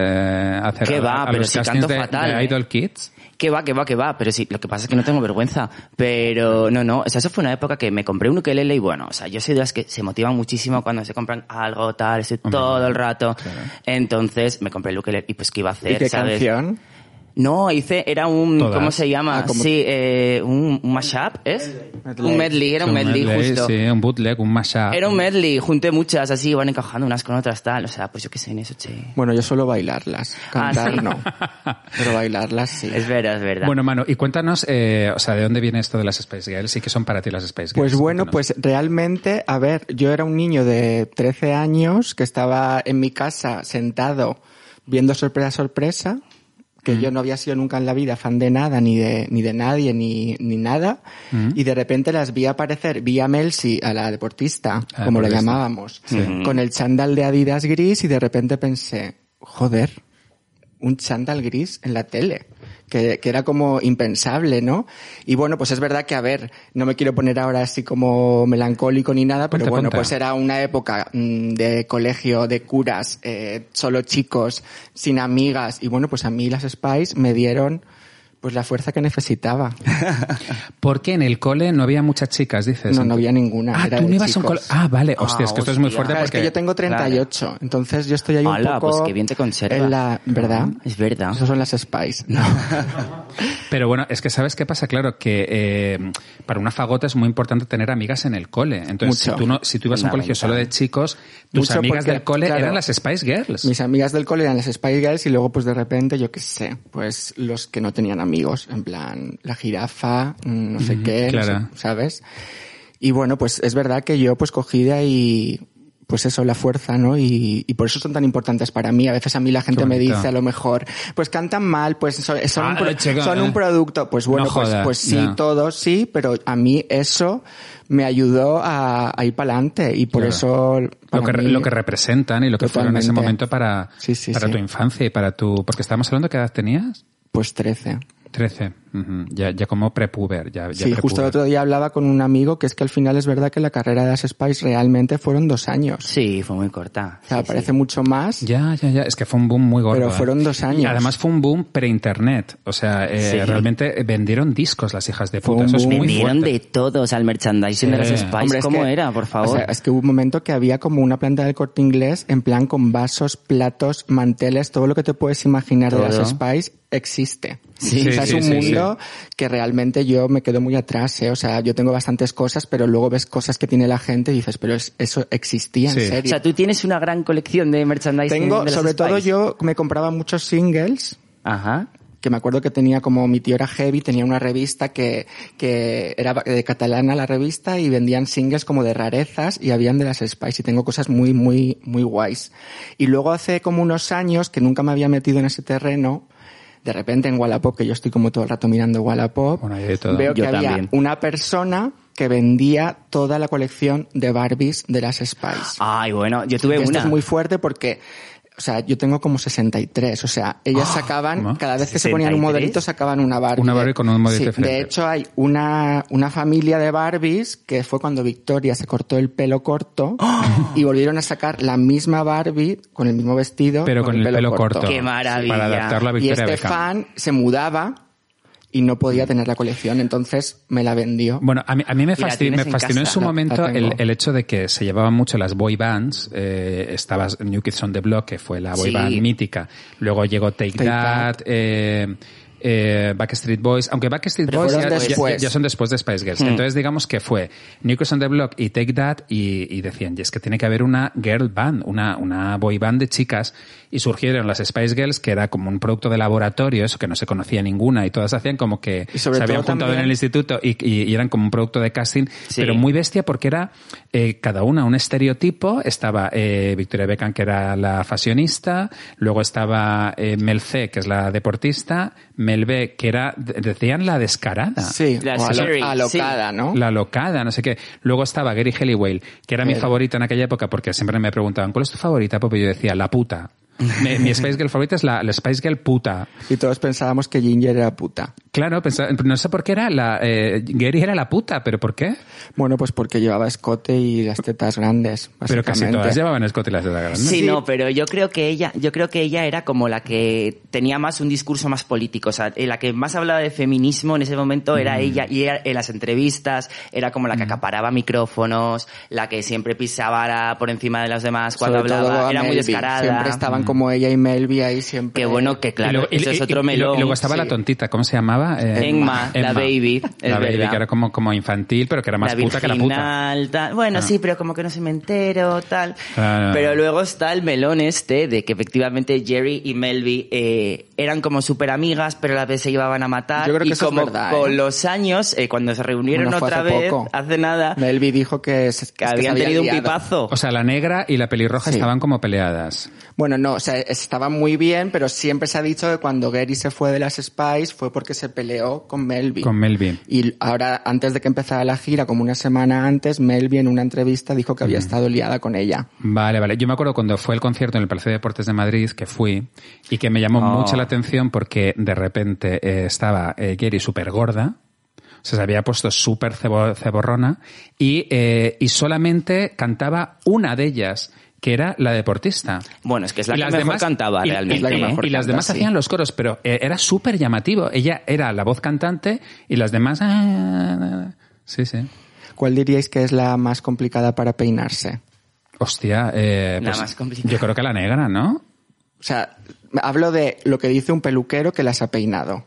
S2: a hacer
S3: ¿Qué va?
S2: a,
S3: Pero
S2: los
S3: si
S2: castings
S3: canto
S2: de,
S3: fatal,
S2: de
S3: ¿eh?
S2: Idol Kids.
S3: Que va, que va, que va. Pero sí, lo que pasa es que no tengo vergüenza. Pero no, no. O sea, eso fue una época que me compré un ukelele y bueno, o sea, yo soy de las que se motivan muchísimo cuando se compran algo, tal, estoy
S2: Hombre,
S3: todo el rato.
S2: claro.
S3: Entonces me compré el ukelele y pues qué iba a hacer,
S4: ¿Y qué
S3: ¿sabes?
S4: canción?
S3: No, hice, era un,
S2: Todas.
S3: ¿cómo se llama?
S4: Ah, como-
S3: Sí, eh, un, un mashup, ¿es?
S4: Medley.
S3: Un medley, era un medley, justo.
S2: Sí, un bootleg, un mashup.
S3: Era un medley, junté muchas así, van encajando unas con otras, tal. O sea, pues yo qué sé en eso, che.
S4: Bueno, yo suelo bailarlas. Cantar
S3: Ah, sí.
S4: no. Pero bailarlas sí.
S3: [laughs] Es verdad, es verdad.
S2: Bueno, Manu, y cuéntanos, eh, o sea, ¿de dónde viene esto de las Spice Girls y qué son para ti las Spice Girls?
S4: Pues bueno,
S2: Cuéntanos.
S4: pues realmente, a ver, yo era un niño de 13 años que estaba en mi casa sentado viendo sorpresa sorpresa, que yo no había sido nunca en la vida fan de nada, ni de, ni de nadie, ni, ni nada, y de repente las vi aparecer, vi a Melsi, a la deportista,
S2: Ah,
S4: como la
S2: deportista.
S4: llamábamos, con el chándal de Adidas gris y de repente pensé, joder, un chándal gris en la tele, que, que era como impensable, ¿no? Y bueno, pues es verdad que, a ver, no me quiero poner ahora así como melancólico ni nada, pero
S2: Ponte,
S4: bueno,
S2: ponte.
S4: pues era una época mm, de colegio, de curas, eh, solo chicos, sin amigas, y bueno, pues a mí las Spice me dieron pues la fuerza que necesitaba.
S2: ¿Por qué en el cole no había muchas chicas, dices?
S4: No, no había ninguna.
S2: Ah,
S4: era
S2: tú
S4: de
S2: no ibas a un cole...
S4: chicos.
S2: Ah, vale, hostia, es que esto es muy
S3: hostia.
S2: fuerte
S4: Claro,
S2: porque...
S4: es que yo tengo 38, entonces yo estoy ahí un
S3: Hala,
S4: poco...
S3: pues qué bien te conservas. Ah,
S4: en la- ¿Verdad?
S3: Es verdad.
S4: Esas son las Spice. [laughs] No.
S2: Pero bueno, es que sabes qué pasa, claro, que eh, para una fagota es muy importante tener amigas en el cole. Entonces,
S4: Mucho.
S2: si tú, no, si tú ibas a un colegio solo de chicos, tus
S4: Mucho
S2: amigas
S4: porque,
S2: del cole
S4: claro,
S2: eran las Spice Girls.
S4: Mis amigas del cole eran las Spice Girls y luego pues de repente, yo qué sé, pues los que no tenían amigos, en plan la jirafa, mm, no sé qué, no
S2: claro.
S4: sé, ¿sabes? Y bueno, pues es verdad que yo pues cogí de ahí pues eso, la fuerza, ¿no? Y, y por eso son tan importantes para mí. A veces a mí la gente
S2: Qué
S4: me
S2: bonito.
S4: dice a lo mejor, pues cantan mal, pues son, son
S2: Ah,
S4: un, pro-
S2: chica,
S4: son
S2: eh.
S4: un producto. Pues bueno,
S2: No
S4: pues,
S2: jodas,
S4: pues sí,
S2: ya.
S4: todos sí, pero a mí eso me ayudó a, a ir para adelante y por
S2: Claro.
S4: eso...
S2: Lo
S4: para
S2: que, re-
S4: mí-
S2: lo que representan y lo que fueron en ese
S4: Totalmente.
S2: momento para,
S4: Sí, sí,
S2: para
S4: sí.
S2: tu infancia y para tu... Porque estábamos hablando, ¿qué edad tenías?
S4: Pues 13.
S2: 13. Ujú. ya, ya como prepuber. Ya, ya
S3: pues
S4: Sí, justo el
S2: prepuber.
S4: otro día hablaba con un amigo que es que al final es verdad que la carrera de las Spice realmente fueron dos años.
S3: Sí, fue muy corta.
S4: o sea,
S3: Sí,
S4: parece
S3: sí.
S4: mucho más.
S2: Ya, ya, ya. Es que fue un boom muy gordo.
S4: Pero
S2: ¿eh?
S4: fueron dos años.
S2: Y además fue un boom pre-internet. O sea, eh,
S3: Sí.
S2: realmente vendieron discos las hijas de
S4: Fue
S2: puta.
S4: un
S2: Eso es
S4: boom.
S2: muy
S3: Vendieron
S2: fuerte.
S3: de todo, o sea, el merchandising de las
S2: Sí.
S3: Spice.
S4: Hombre, es
S3: ¿Cómo
S4: que-
S3: era, por favor?
S4: o sea, es que hubo un momento que había como una planta del corte inglés en plan con vasos, platos, manteles, todo lo que te puedes imaginar de
S3: Todo.
S4: las Spice existe.
S3: Sí,
S4: o sea,
S2: sí,
S4: es
S2: sí,
S4: un
S2: sí.
S4: mundo que realmente yo me quedo muy atrás, ¿eh? O sea, yo tengo bastantes cosas, pero luego ves cosas que tiene la gente y dices, pero es- eso existía,
S2: Sí.
S4: en
S3: O
S4: serio.
S3: sea, tú tienes una gran colección de merchandising
S4: tengo,
S3: de las
S4: sobre todo
S3: Spice.
S4: yo me compraba muchos singles
S3: Ajá.
S4: que me acuerdo que tenía como mi tío era heavy, tenía una revista que, que era de catalana la revista y vendían singles como de rarezas y habían de las Spice y tengo cosas muy, muy, muy guays. Y luego hace como unos años que nunca me había metido en ese terreno, de repente en Wallapop, que yo estoy como todo el rato mirando Wallapop,
S2: Bueno, hay de todo.
S4: veo que
S3: Yo
S4: había
S3: también.
S4: una persona que vendía toda la colección de Barbies de las Spice.
S3: Ay, bueno, yo tuve
S4: Y esto
S3: una.
S4: es muy fuerte porque O sea, yo tengo como 63. O sea, ellas sacaban,
S2: Ah, ¿no?
S4: cada vez que se ponían un
S3: 63.
S4: modelito, sacaban una Barbie.
S2: Una Barbie con un modelito
S4: Sí,
S2: diferente.
S4: De hecho, hay una, una familia de Barbies que fue cuando Victoria se cortó el
S2: [gasps]
S4: pelo corto y volvieron a sacar la misma Barbie con el mismo vestido.
S2: Pero con el pelo corto.
S3: Qué maravilla.
S2: Para adaptarlo a
S4: Y
S2: Victoria
S4: este
S2: Beckham.
S4: fan se mudaba y no podía tener la colección, entonces me la vendió.
S2: Bueno, a mí, a mí me,
S3: Y la
S2: fasci-
S3: tienes
S2: me
S3: en
S2: fascinó en
S3: casa.
S2: su
S4: La- la
S2: momento el,
S4: tengo.
S2: el hecho de que se llevaban mucho las boy bands. Eh, estaba New Kids on the Block, que fue la boy
S3: Sí.
S2: band mítica. Luego llegó Take,
S4: Take
S2: That, eh, eh, Backstreet Boys. Aunque Backstreet
S3: Pero
S2: Boys ya,
S4: fueron
S2: ya-
S4: después.
S2: ya son después de Spice Girls. Entonces digamos que fue New Kids on the Block y Take That y, y decían, y es que tiene que haber una girl band, una, una boy band de chicas. Y surgieron las Spice Girls, que era como un producto de laboratorio, eso que no se conocía ninguna y todas hacían como que
S4: Y sobre
S2: se habían
S4: todo
S2: juntado en
S4: también-
S2: el instituto y, y- y eran como un producto de casting,
S3: Sí.
S2: pero muy bestia porque era eh, cada una un estereotipo. Estaba eh, Victoria Beckham, que era la fashionista, luego estaba eh, Mel C, que es la deportista, Mel B, que era, de- decían la descarada.
S4: sí,
S3: la
S4: o alo-
S3: Sherry, sí.
S4: alocada, ¿no?
S2: La locada, no sé qué. Luego estaba Gary Halliwell, que era mi
S4: Pero-
S2: favorita en aquella época, porque siempre me preguntaban, ¿cuál es tu favorita? Porque yo decía, la puta. Mi, mi Spice Girl favorita es la, la Spice Girl puta.
S4: Y todos pensábamos que Ginger era puta.
S2: Claro, pensaba- no sé por qué era la... eh, Gary era la puta, pero ¿por qué?
S4: Bueno, pues porque llevaba escote y las tetas grandes,
S2: Pero casi
S4: básicamente.
S2: todas llevaban escote y las tetas grandes.
S3: Sí,
S4: Sí.
S3: no, pero yo creo que ella, yo creo que ella era como la que tenía más un discurso más político, o sea, eh, la que más hablaba de feminismo en ese momento era ella y era- en las entrevistas era como la que acaparaba micrófonos, la que siempre pisaba la- por encima de los demás cuando
S4: Sobre todo
S3: hablaba,
S4: a
S3: era muy
S4: Melvi.
S3: descarada.
S4: Siempre
S2: Mm.
S4: estaban como ella y Melvi ahí siempre.
S3: Qué bueno que claro,
S2: Y luego- y-
S3: eso es
S2: y-
S3: otro
S2: y- y luego-
S3: melón.
S2: Y luego estaba
S3: sí.
S2: la tontita, ¿cómo se llamaba? Eh,
S3: Emma, la baby, es
S2: La baby,
S3: verdad.
S2: que era como, como infantil, pero que era más
S3: la
S2: puta Ah. que la puta.
S3: virginal, tal. Bueno, sí, pero como que no se me entero, tal.
S2: Claro.
S3: Pero luego está el melón este de que efectivamente Jerry y Melvi eh, eran como súper amigas, pero a la vez se llevaban a matar.
S4: Yo creo que
S3: y
S4: eso es
S3: como
S4: verdad,
S3: con
S4: ¿eh?
S3: los años, eh, cuando se reunieron
S4: Bueno, fue
S3: otra
S4: hace
S3: vez,
S4: poco.
S3: hace nada,
S4: Melvi dijo que, se-
S3: que
S4: se
S3: habían
S4: había
S3: tenido un
S4: liado.
S3: pipazo.
S2: O sea, la negra y la pelirroja
S4: Sí.
S2: estaban como peleadas.
S4: Bueno, no, o sea, estaba muy bien, pero siempre se ha dicho que cuando Gary se fue de las Spice fue porque se peleó con Melvi.
S2: Con Melvin.
S4: Y ahora, antes de que empezara la gira, como una semana antes, Melvi en una entrevista dijo que había
S2: Mm.
S4: estado liada con ella.
S2: Vale, vale. Yo me acuerdo cuando fue el concierto en el Palacio de Deportes de Madrid, que fui, y que me llamó
S3: Oh.
S2: mucho la atención porque de repente eh, estaba eh, Gary súper gorda, o sea, se había puesto súper cebo- ceborrona, y, eh, y solamente cantaba una de ellas, que era la deportista.
S3: Bueno, es que es la
S2: Y
S3: que mejor cantaba
S2: y-
S3: realmente,
S2: y la que
S3: ¿eh?
S2: mejor y las
S4: canta,
S2: demás
S4: sí.
S2: hacían los coros, pero eh, era súper llamativo. Ella era la voz cantante y las demás... ah, Sí, sí.
S4: ¿Cuál diríais que es la más complicada para peinarse?
S2: Hostia, eh,
S3: La
S2: pues,
S3: más complicada.
S2: yo creo que la negra, ¿no?
S4: O sea, hablo de lo que dice un peluquero que las ha peinado.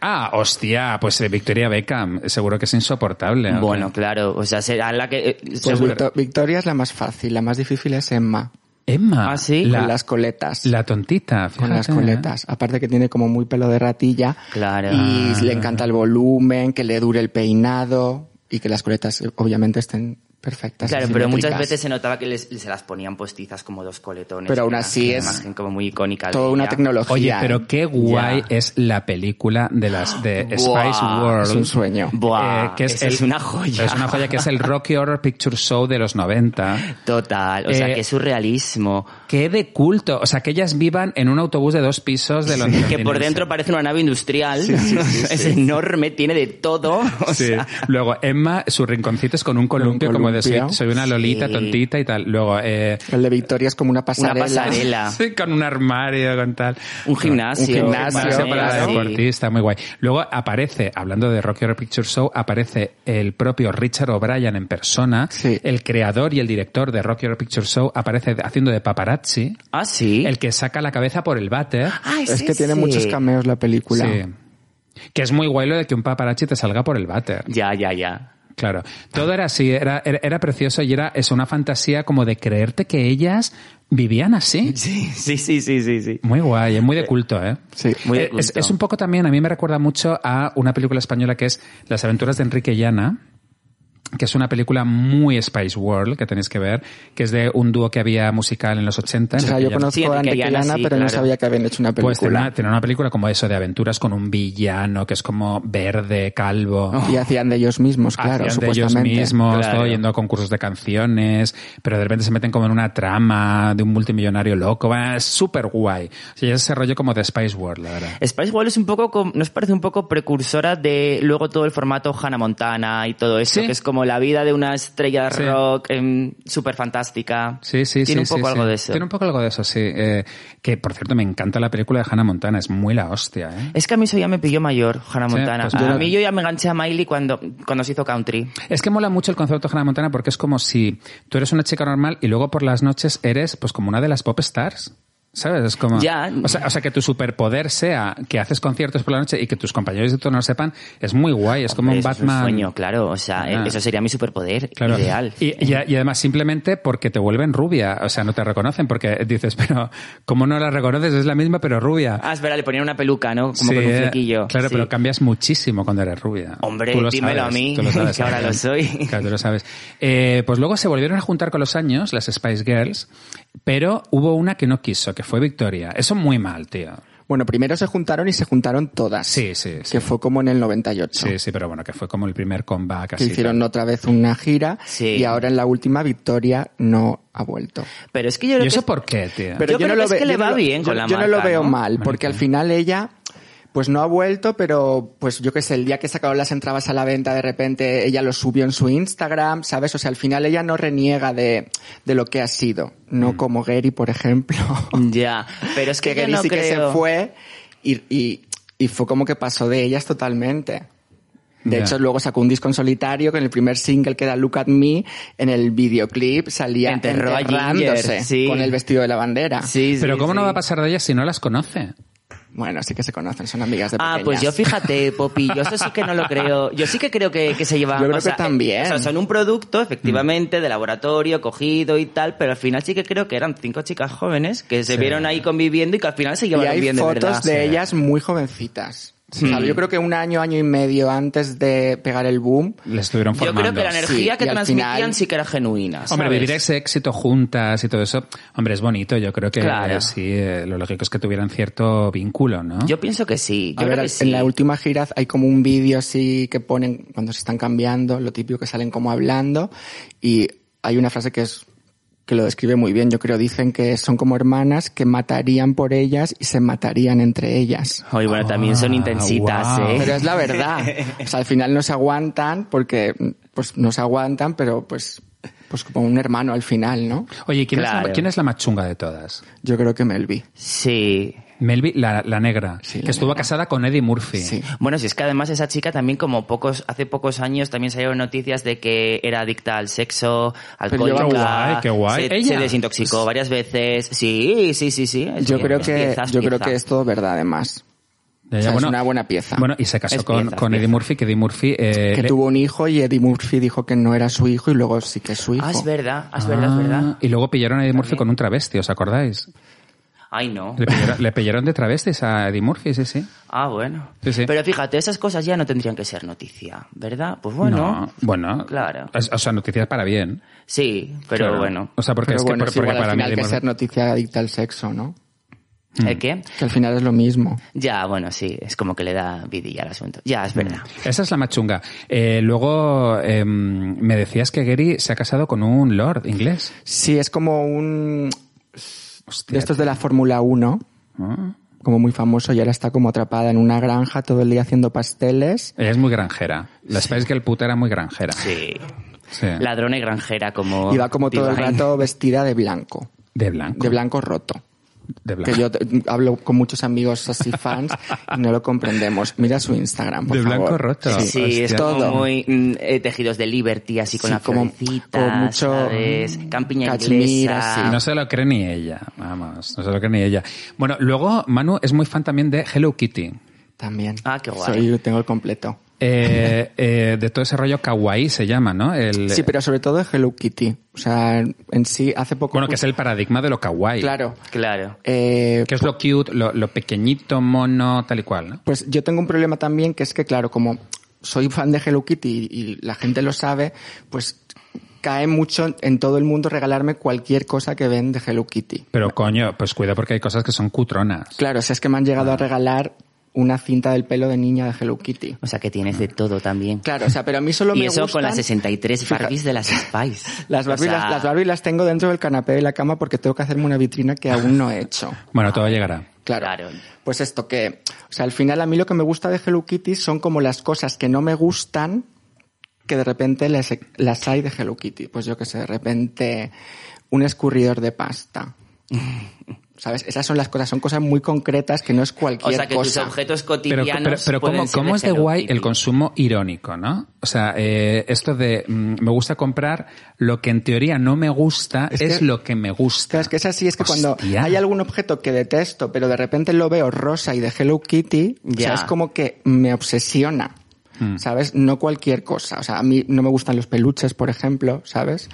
S2: Ah, hostia, pues eh, Victoria Beckham, seguro que es insoportable. ¿o qué?
S3: bueno, claro, o sea, será la que... eh,
S4: Pues
S3: seguro-
S4: Victo- Victoria es la más fácil, la más difícil es Emma,
S2: Emma,
S3: Ah, ¿sí?
S2: la,
S4: con las coletas.
S2: la tontita,
S4: con las
S2: fíjate. ¿eh?
S4: coletas. Aparte que tiene como muy pelo de ratilla.
S3: Claro.
S4: Y le encanta el volumen, que le dure el peinado y que las coletas eh, obviamente estén perfectas.
S3: Claro, pero muchas
S4: asimétricas.
S3: veces se notaba que les- se las ponían postizas como dos coletones.
S4: Pero aún
S3: una-
S4: así
S3: una
S4: es
S3: imagen como muy icónica. de
S4: Toda una
S3: ella.
S4: tecnología.
S2: Oye, pero qué guay
S3: Ya.
S2: es la película de las de Spice
S3: [gasps] Buah,
S2: World.
S4: Es un sueño.
S3: Buah,
S2: Eh, que es,
S3: esa
S2: el-
S3: es una joya.
S2: Es una joya que es el Rocky Horror Picture Show de los
S3: [gasps]
S2: 90.
S3: Total, o sea,
S2: Eh,
S3: que es surrealismo.
S2: Qué de culto. O sea, que ellas vivan en un autobús de dos pisos de Londres.
S3: Que por dentro parece una nave industrial. [laughs] es enorme, tiene de todo. O
S2: Sí.
S3: sea,
S2: Luego, Emma, su rinconcito es con un columpio, como de soy,
S4: columpio.
S2: soy una lolita
S3: Sí.
S2: tontita y tal. Luego, eh,
S4: El de Victoria es como una
S3: una
S4: pasarela.
S3: pasarela.
S2: Sí, con un armario, con tal.
S3: Un gimnasio.
S4: Un gimnasio
S3: también,
S2: para la
S3: sí.
S2: deportista, muy guay. Luego aparece, hablando de Rocky Horror Picture Show, aparece el propio Richard O'Brien en persona,
S4: Sí.
S2: el creador y el director de Rocky Horror Picture Show, aparece haciendo de paparazzi,
S3: Ah, sí.
S2: el que saca la cabeza por el
S3: [gasps]
S2: váter.
S3: Ah,
S4: [laughs] Es que tiene
S3: ese.
S4: muchos cameos la película.
S2: Sí. Que es muy guay lo de que un paparazzi te salga por el váter.
S3: Ya, ya, ya.
S2: Claro, todo era así, era, era, era precioso y era es una fantasía como de creerte que ellas vivían así.
S3: [laughs] Sí, sí, sí, sí, sí. sí.
S2: Muy guay, es muy de culto, ¿eh?
S4: Sí.
S3: Muy de
S2: Eh, es,
S3: culto.
S2: es un poco también, a mí me recuerda mucho a una película española que es Las aventuras de Enrique Llana, que es una película muy Spice World que tenéis que ver, que es de un dúo que había musical en los 80.
S4: O sea, yo conozco
S3: Sí,
S4: a
S3: Enrique
S4: Enrique
S3: Llana,
S4: Llana,
S3: sí,
S4: pero no
S3: claro.
S4: sabía que habían hecho una
S2: Pues tiene una,
S4: película.
S2: tiene una película como eso, de aventuras con un villano que es como verde, calvo.
S3: Oh,
S4: Y hacían de ellos mismos, claro,
S2: Oh. hacían de ellos
S4: supuestamente.
S2: mismos,
S3: Pues Claro.
S2: todo yendo a concursos de canciones, pero de repente se meten como en una trama de un multimillonario loco. Va, Es súper guay. O sea, ese rollo como de Spice World, la verdad.
S3: Spice World es un poco, com- nos parece un poco precursora de luego todo el formato Hannah Montana y todo eso,
S2: Sí.
S3: que es como la vida de una estrella
S2: Sí.
S3: rock súper fantástica.
S2: Sí, sí,
S3: Tiene
S2: sí,
S3: un poco
S2: sí,
S3: algo
S2: sí.
S3: de eso.
S2: Tiene un poco algo de eso, sí. Eh, que, por cierto, me encanta la película de Hannah Montana. Es muy la hostia, ¿eh?
S3: Es que a mí eso ya me pilló mayor, Hannah
S2: Sí,
S3: Montana.
S2: pues yo
S3: a
S2: la-
S3: mí yo ya me enganché a Miley cuando, cuando se hizo country.
S2: Es que mola mucho el concepto de Hannah Montana porque es como si tú eres una chica normal y luego por las noches eres pues como una de las pop stars. ¿Sabes? Es como.
S3: Ya.
S2: O sea, o sea, que tu superpoder sea que haces conciertos por la noche y que tus compañeros de turno lo sepan, es muy guay. Es como
S3: Hombre,
S2: un
S3: eso
S2: Batman.
S3: Es un sueño, claro. O sea, eh,
S2: Ah.
S3: eso sería mi superpoder
S2: Claro.
S3: ideal.
S2: Y, y a- y además simplemente porque te vuelven rubia. O sea, no te reconocen porque dices, pero ¿cómo no la reconoces? Es la misma, pero rubia.
S3: Ah, espera, le ponían una peluca, ¿no? Como
S2: Sí,
S3: con un
S2: eh,
S3: flequillo.
S2: Claro,
S3: Sí.
S2: pero cambias muchísimo cuando eres rubia.
S3: Hombre,
S2: Tú lo
S3: dímelo
S2: sabes,
S3: a mí,
S2: tú lo sabes,
S3: [laughs] que ahora
S2: Adrián.
S3: lo soy.
S2: Claro, tú lo sabes. Eh, pues luego se volvieron a juntar con los años las Spice Girls, pero hubo una que no quiso, que fue Victoria. Eso muy mal, tío.
S4: Bueno, primero se juntaron y se juntaron todas.
S2: Sí, sí, sí.
S4: Que fue como en el 98.
S2: Sí, sí, pero bueno, que fue como el primer comeback
S4: que
S2: así.
S4: hicieron otra vez una gira
S3: Sí.
S4: y ahora en la última Victoria no ha vuelto.
S3: Pero es que yo
S2: ¿Y
S3: creo
S2: eso
S3: que-
S2: por qué, tío?
S3: Yo creo que es que le
S4: yo no
S3: va
S4: lo-
S3: bien
S4: yo-
S3: con la
S4: yo no lo
S3: marca,
S4: veo
S3: ¿no?
S4: mal, porque al final ella pues no ha vuelto, pero pues yo qué sé, el día que sacaron las entradas a la venta de repente ella lo subió en su Instagram, ¿sabes? O sea, al final ella no reniega de, de lo que ha sido, no
S2: Mm.
S4: como Gary, por
S2: [laughs]
S4: ejemplo.
S3: [laughs] Ya, pero es que, yo
S4: que Gary
S3: no
S4: sí que
S3: creo-
S4: se fue y, y- y fue como que pasó de ellas totalmente. De
S2: Ya.
S4: hecho, luego sacó un disco en solitario con el primer single que da Look at Me. En el videoclip salía
S3: Enterró a
S4: enterrándose
S3: Ginger, sí.
S4: con el vestido de la bandera.
S3: Sí,
S2: Pero
S3: sí,
S2: ¿cómo no
S3: sí.
S2: va a pasar de ella si no las conoce?
S4: Bueno, sí que se conocen, son amigas de
S3: Ah,
S4: pequeñas.
S3: pues yo
S4: [laughs]
S3: fíjate, Popi, yo eso sí que no lo creo. Yo sí que creo que, que se llevan.
S4: Yo creo
S3: o sea,
S4: que también. Mm.
S3: eh, O sea, son un producto, efectivamente, de laboratorio, cogido y tal, pero al final sí que creo que eran cinco chicas jóvenes que se
S2: Sí.
S3: vieron ahí conviviendo y que al final se
S4: Y
S3: llevaron
S4: hay
S3: bien de verdad.
S4: fotos de, ellas muy jovencitas. O sea, yo creo que un año, año y medio antes de pegar el boom,
S2: Le estuvieron
S3: Yo
S2: formando.
S3: creo que la energía
S4: Sí,
S3: que
S4: y al
S3: transmitían
S4: final-
S3: sí que era genuina.
S2: Hombre,
S3: ¿sabes?
S2: vivir ese éxito juntas y todo eso, hombre, es bonito. Yo creo que
S3: Claro.
S2: eh, sí, eh, lo lógico es que tuvieran cierto vínculo, ¿no?
S3: Yo pienso que sí. Yo
S4: A
S3: creo
S4: ver,
S3: que sí.
S4: en la última gira hay como un vídeo así que ponen cuando se están cambiando, lo típico que salen como hablando y hay una frase que es que lo describe muy bien, yo creo, dicen que son como hermanas que matarían por ellas y se matarían entre ellas.
S3: Ay, bueno, también son
S2: Ah,
S3: intensitas,
S2: guau.
S3: ¿eh?
S4: Pero es la verdad. O sea, al final no se aguantan porque pues no se aguantan, pero pues pues como un hermano al final, ¿no?
S2: Oye, ¿quién, es la,
S3: Claro.
S2: quién es la más chunga de todas?
S4: Yo creo que Melvi.
S3: Sí.
S2: Melvi, la, la negra,
S4: Sí,
S2: que
S4: la
S2: estuvo
S4: negra.
S2: casada con Eddie Murphy.
S4: Sí.
S3: Bueno, si es que además esa chica también como pocos hace pocos años también salieron noticias de que era adicta al sexo,
S4: Pero
S3: alcohólica,
S4: lleva-
S2: Guay, qué guay.
S3: Se,
S2: Ella.
S3: se desintoxicó varias veces. Sí, sí, sí, sí. es
S4: Yo
S3: bien,
S4: creo
S3: es
S4: que
S3: pieza, es
S4: yo creo
S3: pieza.
S4: que es todo verdad además.
S2: Ya, ya,
S4: O sea, es una buena pieza.
S2: Bueno, y se casó
S3: Es
S2: con,
S3: pieza, es
S2: con Eddie
S3: pieza.
S2: Murphy, que Eddie Murphy... eh,
S4: que
S2: le-
S4: tuvo un hijo y Eddie Murphy dijo que no era su hijo y luego sí que es su hijo.
S3: Ah, es verdad, ah, es
S2: Ah,
S3: verdad, es verdad.
S2: Y luego pillaron a Eddie Murphy con un travesti, ¿os acordáis?
S3: Ay, no.
S2: Le pillaron, le pillaron de travestis a Eddie Murphy, sí, sí.
S3: Ah, bueno.
S2: Sí, sí.
S3: Pero fíjate, esas cosas ya no tendrían que ser noticia, ¿verdad? Pues bueno.
S2: No, bueno.
S3: Claro.
S2: Es- o sea, noticias para bien.
S3: Sí, pero
S2: Claro.
S3: bueno.
S2: O sea, porque
S4: Pero
S2: es
S4: bueno,
S2: que
S4: es
S2: por- porque
S4: igual
S2: para
S4: al
S2: mí
S4: final
S2: Eddie
S4: que
S2: Murphy-
S4: ser noticia adicta al sexo, ¿no?
S3: ¿El qué?
S4: Que al final es lo mismo.
S3: Ya, bueno, sí, es como que le da vidilla al asunto. Ya,
S4: Mm.
S3: es verdad.
S2: Esa es la más chunga. Eh, luego em, me decías que Gary se ha casado con un lord inglés.
S4: Sí, es como un...
S2: Hostia.
S4: De estos de la Fórmula 1,
S2: Ah.
S4: como muy famoso, y ahora está como atrapada en una granja todo el día haciendo pasteles.
S2: Ella es muy granjera. La Spice Girl puta era muy granjera.
S3: Sí.
S2: Sí.
S3: Ladrona y granjera como...
S4: Y va como todo el
S3: Oh, Divine.
S4: rato vestida de blanco,
S2: De blanco.
S4: de blanco roto.
S2: De blanco.
S4: Que yo te- mm, hablo con muchos amigos así fans y no lo comprendemos. Mira su Instagram, por
S2: De blanco
S4: favor.
S2: roto.
S3: Sí,
S2: Hostia.
S3: es como
S4: Todo.
S3: muy mm, eh, tejidos de Liberty, así con
S4: Sí,
S3: la
S4: como-
S3: florecita,
S4: como mucho,
S3: ¿sabes?
S4: mm,
S3: Campiña
S4: cachemira,
S3: inglesa.
S4: sí.
S2: No se lo cree ni ella, vamos, no se lo cree ni ella. Bueno, luego Manu es muy fan también de Hello Kitty,
S4: También.
S3: Ah, qué guay.
S4: Soy, tengo el completo.
S2: Eh, eh, de todo ese rollo kawaii se llama, ¿no? El,
S4: Sí, pero sobre todo de Hello Kitty. O sea, en sí, hace poco...
S2: Bueno, que es el paradigma de lo kawaii.
S4: Claro.
S3: Claro.
S4: Eh,
S2: Que es lo cute, lo, lo pequeñito, mono, tal y cual, ¿no?
S4: Pues yo tengo un problema también que es que, claro, como soy fan de Hello Kitty y, y la gente lo sabe, pues cae mucho en todo el mundo regalarme cualquier cosa que ven de Hello Kitty.
S2: Pero coño, pues cuida porque hay cosas que son cutronas.
S4: Claro, o sea, es que me han llegado a regalar una cinta del pelo de niña de Hello Kitty.
S3: O sea, que tienes de todo también.
S4: Claro, o sea, pero a mí solo
S3: y
S4: me
S3: eso con
S4: gustan-
S3: las 63 Barbies de [laughs] las Spice.
S4: Las Barbie,
S3: O sea,
S4: las, las Barbie las tengo dentro del canapé de la cama porque tengo que hacerme una vitrina que aún no he hecho.
S2: Bueno, todo llegará.
S4: Claro.
S3: Claro.
S4: Pues esto que, o sea, al final a mí lo que me gusta de Hello Kitty son como las cosas que no me gustan que de repente les- las hay de Hello Kitty. Pues yo que sé, de repente un escurridor de pasta.
S3: [laughs]
S4: ¿Sabes? Esas son las cosas, son cosas muy concretas que no es
S3: O
S4: cualquier
S3: sea, que
S4: cosa.
S3: tus objetos
S2: Pero,
S3: cotidianos.
S2: pero, pero
S3: pueden
S2: ¿cómo,
S3: ser
S2: cómo es de
S3: Hello
S2: guay
S3: Kitty?
S2: el consumo irónico, no? O sea, eh, esto de mm, me gusta comprar lo que en teoría no me gusta es,
S4: Es que-
S2: lo que me gusta.
S4: Claro, es que es así, es que cuando
S2: Hostia.
S4: hay algún objeto que detesto, pero de repente lo veo rosa y de Hello Kitty, o sea,
S3: Ya.
S4: es como que me obsesiona,
S2: Hmm.
S4: ¿sabes? No cualquier cosa. O sea, a mí no me gustan los peluches, por ejemplo, ¿sabes?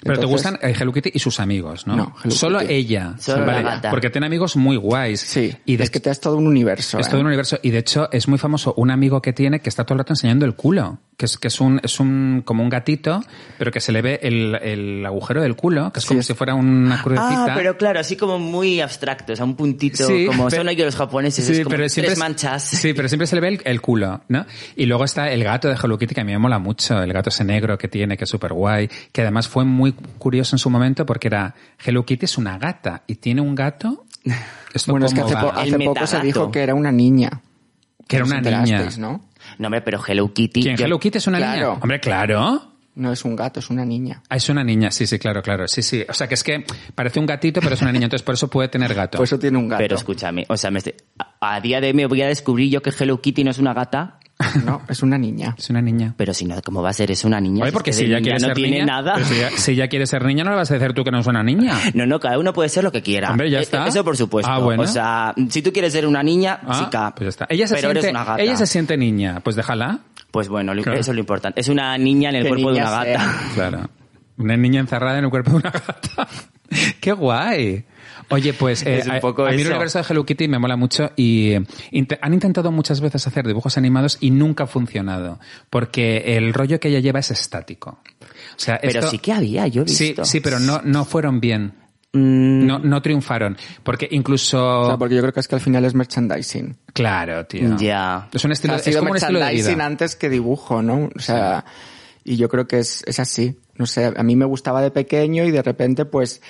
S2: Pero te
S4: Entonces,
S2: gustan eh, Hello Kitty y sus amigos, ¿no?
S4: No, Hello
S2: Solo
S4: Kitty.
S2: ella.
S3: Solo la gata.
S2: Porque tiene amigos muy guays.
S4: Sí,
S2: Y de
S4: es que te das todo un universo.
S2: Es
S4: ¿eh?
S2: todo un universo. Y de hecho, es muy famoso un amigo que tiene que está todo el rato enseñando el culo. Que es, que es un, es un, como un gatito, pero que se le ve el, el agujero del culo, que es
S4: Sí,
S2: como
S4: es-
S2: si fuera una crucecita.
S3: Ah, pero claro, así como muy abstracto, o sea, un puntito
S2: Sí,
S3: como
S2: pe-
S3: son ellos los japoneses,
S2: Sí,
S3: es como
S2: pero siempre
S3: tres
S2: es-
S3: manchas.
S2: Sí, pero siempre se le ve el, el culo, ¿no? Y luego está el gato de Hello Kitty, que a mí me mola mucho, el gato ese negro que tiene, que es súper guay, que además fue muy curioso en su momento porque era, Hello Kitty es una gata y tiene un
S4: [laughs]
S2: gato. Esto
S4: Bueno, es que
S2: cómo
S4: hace,
S2: va?
S4: po-
S3: El
S4: hace poco se
S3: metagato.
S4: dijo que era una niña.
S2: Que era
S4: ¿Os
S2: una niña.
S4: enterasteis, ¿no?
S3: No, hombre, pero Hello Kitty.
S2: ¿Quién?
S3: yo-
S2: ¿Hello Kitty es una
S4: Claro.
S2: niña? Hombre, claro.
S4: No es un gato, es una niña.
S2: Ah, es una niña, sí, sí, claro, claro. Sí, sí. O sea, que es que parece un gatito, pero es una niña, entonces por eso puede tener gato.
S4: Por eso tiene un gato.
S3: Pero escúchame, o sea, me estoy- a, a día de hoy me voy a descubrir yo que Hello Kitty no es una gata,
S4: No, es
S2: [laughs]
S4: una niña.
S2: es una niña.
S3: pero si no, ¿cómo va a ser? Es una niña.
S2: Oye,
S3: si
S2: porque
S3: es que
S2: si
S3: de
S2: ella
S3: niña
S2: quiere
S3: no
S2: ser
S3: tiene
S2: niña,
S3: nada.
S2: pero si ella, si ella quiere ser niña, no le vas a decir tú que no es una niña.
S3: [laughs] No, no, cada uno puede ser lo que quiera.
S2: Hombre, ya
S3: Eh,
S2: está.
S3: Eso por supuesto.
S2: Ah, bueno.
S3: O sea, si tú quieres ser una niña,
S2: Ah,
S3: chica,
S2: pues ya está. Ella se,
S3: pero
S2: siente,
S3: eres una gata.
S2: ella se siente niña, pues déjala.
S3: Pues bueno, lo-
S2: Claro.
S3: eso es lo importante. Es una niña en el
S4: Que
S3: cuerpo de
S4: niña
S3: una gata.
S2: [laughs]
S4: sea.
S2: Claro. Una niña encerrada en el cuerpo de una gata. [laughs] ¡Qué guay! Oye, pues eh,
S3: Es un
S2: a,
S3: poco
S2: a mí el
S3: eso.
S2: universo de Hello Kitty me mola mucho y eh, int- han intentado muchas veces hacer dibujos animados y nunca ha funcionado porque el rollo que ella lleva es estático. O sea,
S3: Pero
S2: esto-
S3: sí que había, yo he
S2: Sí,
S3: visto. Mm,
S2: sí, pero no, no fueron bien. No, no triunfaron. Porque incluso...
S4: O sea, porque yo creo que es que al final es merchandising.
S2: Claro, tío.
S3: Ya.
S2: Es, un estilo,
S4: ha
S2: es
S4: sido
S2: como un estilo de
S4: merchandising
S2: vida.
S4: antes que dibujo, ¿no? O sea, y yo creo que es, es así. No sé, a mí me gustaba de pequeño y de repente, pues,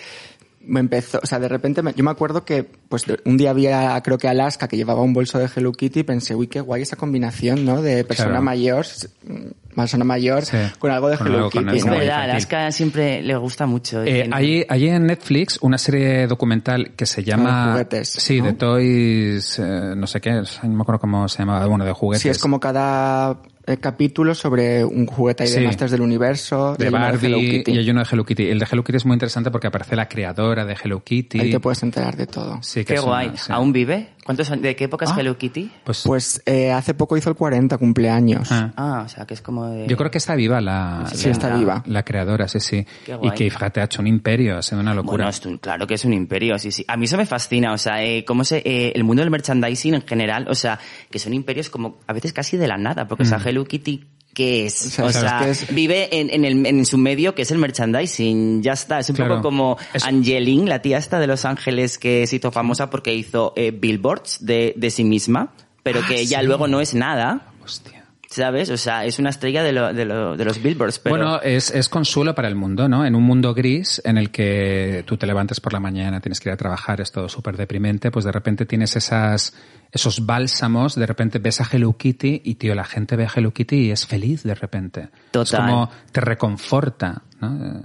S4: me empezó, o sea, de repente, me- yo me acuerdo que, pues, de- un día vi a, creo que Alaska, que llevaba un bolso de Hello Kitty y pensé, uy, qué guay esa combinación, ¿no? De persona
S2: Claro.
S4: mayor, mm, persona mayor,
S2: Sí.
S4: con algo de
S2: Con
S4: Hello
S2: algo con
S4: Kitty,
S3: Es
S2: algo
S4: ¿no?
S2: de-
S3: verdad,
S2: infantil.
S3: Alaska siempre le gusta mucho.
S2: Eh,
S3: En-
S2: hay, hay en Netflix una serie documental que se llama...
S4: Ah, de juguetes,
S2: Sí,
S4: ¿no?
S2: de Toys... eh, no sé qué, o sea, no me acuerdo cómo se llamaba. Bueno, de juguetes.
S4: Sí, es como cada eh, capítulo sobre un juguete ahí de
S2: Sí.
S4: Masters del Universo, y
S2: de
S4: hay uno
S2: Barbie
S4: Hello Kitty.
S2: y hay uno de Hello Kitty. El de Hello Kitty es muy interesante porque aparece la creadora de Hello Kitty.
S4: Ahí te puedes enterar de todo.
S2: Sí, que
S3: Qué
S2: es una-
S3: guay.
S2: sí.
S3: ¿Aún vive? ¿Cuántos, años- ¿De qué época es Hello Kitty?
S2: Pues,
S4: Pues eh, hace poco hizo el 40 cumpleaños.
S2: ah.
S3: Ah, o sea, que es como de...
S2: Yo creo que está viva la,
S4: Sí,
S2: la-
S4: está viva.
S2: la creadora, sí, sí.
S3: Qué
S2: Y
S3: guay.
S2: que, fíjate, ha hecho un imperio, ha sido una locura.
S3: Bueno, es un- claro que es un imperio, sí, sí. A mí eso me fascina, o sea, eh, cómo se, eh, el mundo del merchandising en general, o sea, que son imperios como a veces casi de la nada, porque, o sea, Hello Kitty, ¿qué
S4: Mm. O
S3: es?
S4: sea,
S3: O
S4: ¿sabes
S3: sea,
S4: qué es?
S3: vive en, en, el, en su medio que es el merchandising, ya está. Es un
S2: Claro.
S3: poco como
S2: Es-
S3: Angeline, la tía esta de Los Ángeles que se hizo famosa porque hizo eh, billboards de, de sí misma, pero
S4: Ah,
S3: que ya luego no es nada,
S2: Hostia.
S3: ¿sabes? O sea, es una estrella de, lo- de, lo- de los billboards, pero...
S2: Bueno, es, es consuelo para el mundo, ¿no? En un mundo gris en el que tú te levantas por la mañana, tienes que ir a trabajar, es todo súper deprimente, pues de repente tienes esas, esos bálsamos, de repente ves a Hello Kitty y, tío, la gente ve a Hello Kitty y es feliz de repente.
S3: Total.
S2: Es como te reconforta, ¿no? Eh,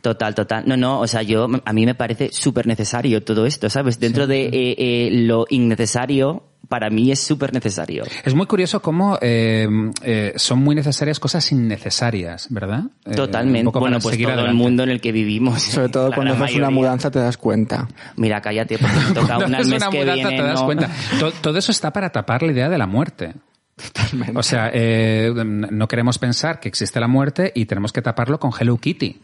S3: Total, total. No, no, o sea, yo, a mí me parece súper necesario todo esto, ¿sabes? Dentro de eh, eh, lo innecesario, para mí es súper necesario.
S2: Es muy curioso cómo eh, eh, son muy necesarias cosas innecesarias, ¿verdad? Eh, un
S3: Totalmente.
S2: poco
S3: Bueno,
S2: para
S3: pues
S2: seguir
S3: todo el
S2: adelante.
S3: mundo en el que vivimos.
S4: Sobre todo
S3: [laughs] la
S4: cuando
S3: gran
S4: haces una
S3: mayoría.
S4: mudanza te das cuenta.
S3: Mira, cállate, porque me
S2: [laughs]
S3: toca
S2: Cuando
S3: una al
S2: haces
S3: mes
S2: una
S3: que
S2: mudanza te
S3: viene,
S2: das
S3: ¿no?
S2: cuenta. To- todo eso está para tapar la idea de la muerte.
S4: Totalmente.
S2: O sea, eh, no queremos pensar que existe la muerte y tenemos que taparlo con Hello Kitty.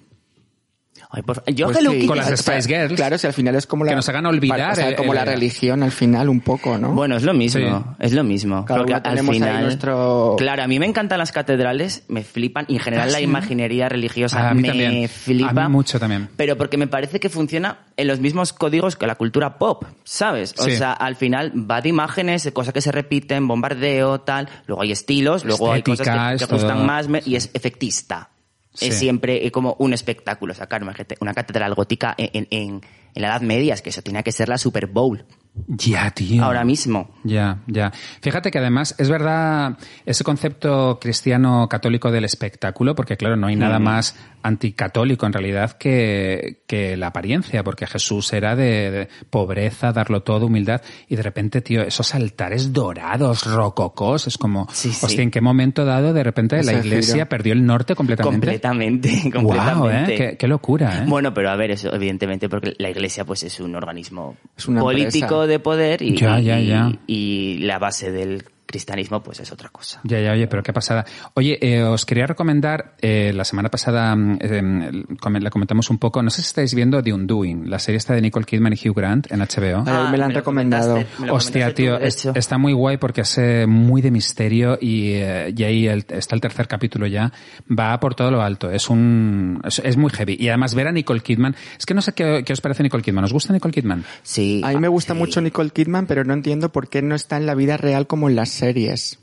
S3: Ay, por fa- Yo
S4: Pues
S3: que
S4: sí.
S3: Hello Kitty-
S2: Con las Spice Girls.
S4: Claro, si al final es como la...
S2: Que nos hagan olvidar
S4: para- o sea,
S2: el-
S4: como
S2: el-
S4: la religión al final un poco, ¿no?
S3: Bueno, es lo mismo,
S2: Sí.
S3: es lo mismo.
S4: Cada
S3: Porque
S4: uno tenemos ahí nuestro-
S3: Claro, a mí me encantan las catedrales, me flipan. Y en general
S2: Ah,
S3: la
S2: sí.
S3: imaginería religiosa
S2: A mí
S3: me
S2: también.
S3: flipa.
S2: A mí mucho también.
S3: Pero porque me parece que funciona en los mismos códigos que la cultura pop, ¿sabes? O
S2: Sí.
S3: sea, al final va de imágenes, de cosas que se repiten, bombardeo, tal. Luego hay estilos, luego hay
S2: Estética,
S3: cosas que-
S2: es
S3: que, gustan
S2: todo.
S3: más me- y es efectista.
S2: Sí.
S3: Es siempre eh, como un espectáculo sacar una cate- una catedral gótica en, en- en- en la Edad Media, es que eso tenía que ser la Super Bowl
S2: Ya, tío.
S3: ahora mismo.
S2: Ya, ya. Fíjate que además es verdad ese concepto cristiano católico del espectáculo, porque claro, no hay nada más anticatólico en realidad que, que la apariencia, porque Jesús era de, de pobreza, darlo todo, humildad, y de repente, tío, esos altares dorados, rococós, es como,
S3: Sí, sí.
S2: hostia, ¿en qué momento dado de repente la
S4: Ese
S2: iglesia
S4: giro.
S2: perdió el norte completamente?
S3: Completamente, [laughs]
S2: Guau, ¿eh?
S3: completamente.
S2: Qué, qué locura, ¿eh?
S3: Bueno, pero a ver, eso evidentemente, porque la Iglesia pues es un organismo
S4: Es una
S3: político
S4: empresa.
S3: de poder y,
S2: Ya, ya,
S3: y-
S2: ya.
S3: y la base del cristianismo pues es otra cosa.
S2: Ya, ya, oye, pero qué pasada. Oye, eh, os quería recomendar, eh, la semana pasada mm, eh, com- la comentamos un poco, no sé si estáis viendo The Undoing, la serie está de Nicole Kidman y Hugh Grant en HBO.
S4: Ah, me la han
S3: lo
S4: recomendado.
S3: comentaste, me lo
S2: Hostia,
S3: comentaste tú,
S2: tío,
S3: de
S2: es-
S3: hecho.
S2: está muy guay porque es eh, muy de misterio y, eh, y ahí el- está el tercer capítulo ya. Va por todo lo alto. Es un es, es muy heavy. Y además ver a Nicole Kidman. Es que no sé qué, qué os parece Nicole Kidman. ¿Os gusta Nicole Kidman?
S3: Sí.
S4: A mí me gusta
S3: sí.
S4: mucho Nicole Kidman, pero no entiendo por qué no está en la vida real como en las series.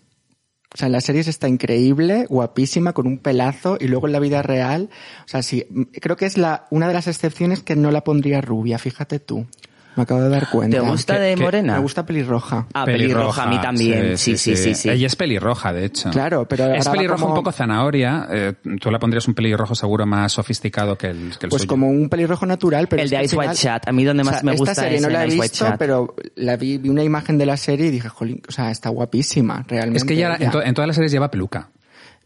S4: O sea, en las series está increíble, guapísima, con un pelazo, y luego en la vida real, o sea, sí, m- creo que es la, una de las excepciones que no la pondría rubia, fíjate tú. Me acabo de dar cuenta.
S3: ¿Te gusta
S2: Que-
S3: de
S2: que-
S3: morena?
S4: Me gusta pelirroja.
S3: Ah, pelirroja, a mí también. Sí, sí, sí. sí,
S2: Ella es pelirroja, de hecho.
S4: Claro, pero
S2: Es
S4: ahora va
S2: pelirroja
S4: como-
S2: un poco zanahoria. eh, tú la pondrías un pelirrojo seguro más sofisticado que el, que el
S4: Pues
S2: suyo.
S4: como un pelirrojo natural, pero...
S3: El
S4: es
S3: de
S4: que al
S3: Ice White
S4: final-
S3: Chat. A mí donde
S4: o sea,
S3: más me gusta
S4: Esta serie
S3: es
S4: no
S3: en
S4: la he
S3: Ice White
S4: visto,
S3: Chat.
S4: pero la vi, vi una imagen de la serie y dije, jolín, o sea, está guapísima, realmente.
S2: Es que ella en,
S4: ya.
S2: to- en todas las series lleva peluca.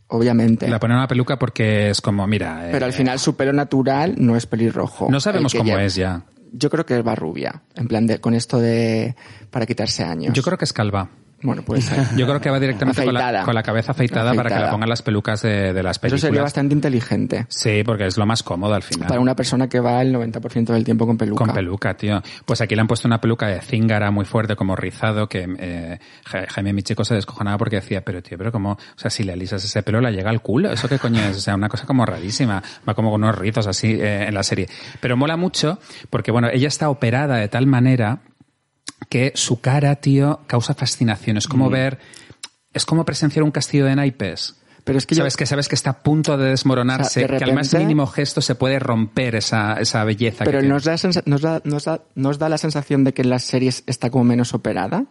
S4: Obviamente.
S2: La ponen una peluca porque es como, mira... eh,
S4: Pero al final su pelo natural no es pelirrojo.
S2: No sabemos
S4: El que
S2: cómo
S4: lleva-
S2: es ya.
S4: Yo creo que va rubia, en plan de con esto de para quitarse años.
S2: Yo creo que es calva.
S4: bueno, puede ser.
S2: [laughs] Yo creo que va directamente con la,
S4: Afeitada.
S2: con la cabeza afeitada, para que
S4: Afeitada.
S2: le pongan las pelucas de, de las
S4: Eso
S2: películas.
S4: sería bastante inteligente
S2: Sí, porque es lo más cómodo al final.
S4: para una persona que va el 90% del tiempo con peluca.
S2: Con peluca, tío. Pues aquí le han puesto una peluca de cíngara muy fuerte, como rizado, que eh, Ja- Jaime mi chico se descojonaba porque decía, pero tío, pero como, o sea, si le alisas ese pelo, la llega al culo. ¿Eso qué coño es? O sea, una cosa como rarísima. Va como con unos rizos así eh, en la serie. Pero mola mucho porque, bueno, ella está operada de tal manera que su cara, tío, causa fascinación. Es
S4: Mm.
S2: como ver, es como presenciar un castillo de naipes.
S4: Pero es que yo-
S2: sabes que sabes que está a punto de desmoronarse,
S4: O sea, de
S2: que al más
S4: repente-
S2: mínimo gesto se puede romper esa, esa belleza. que
S4: Pero
S2: tiene.
S4: nos da, sensa- nos, da, nos, da, nos da la sensación de que en las series está como menos operada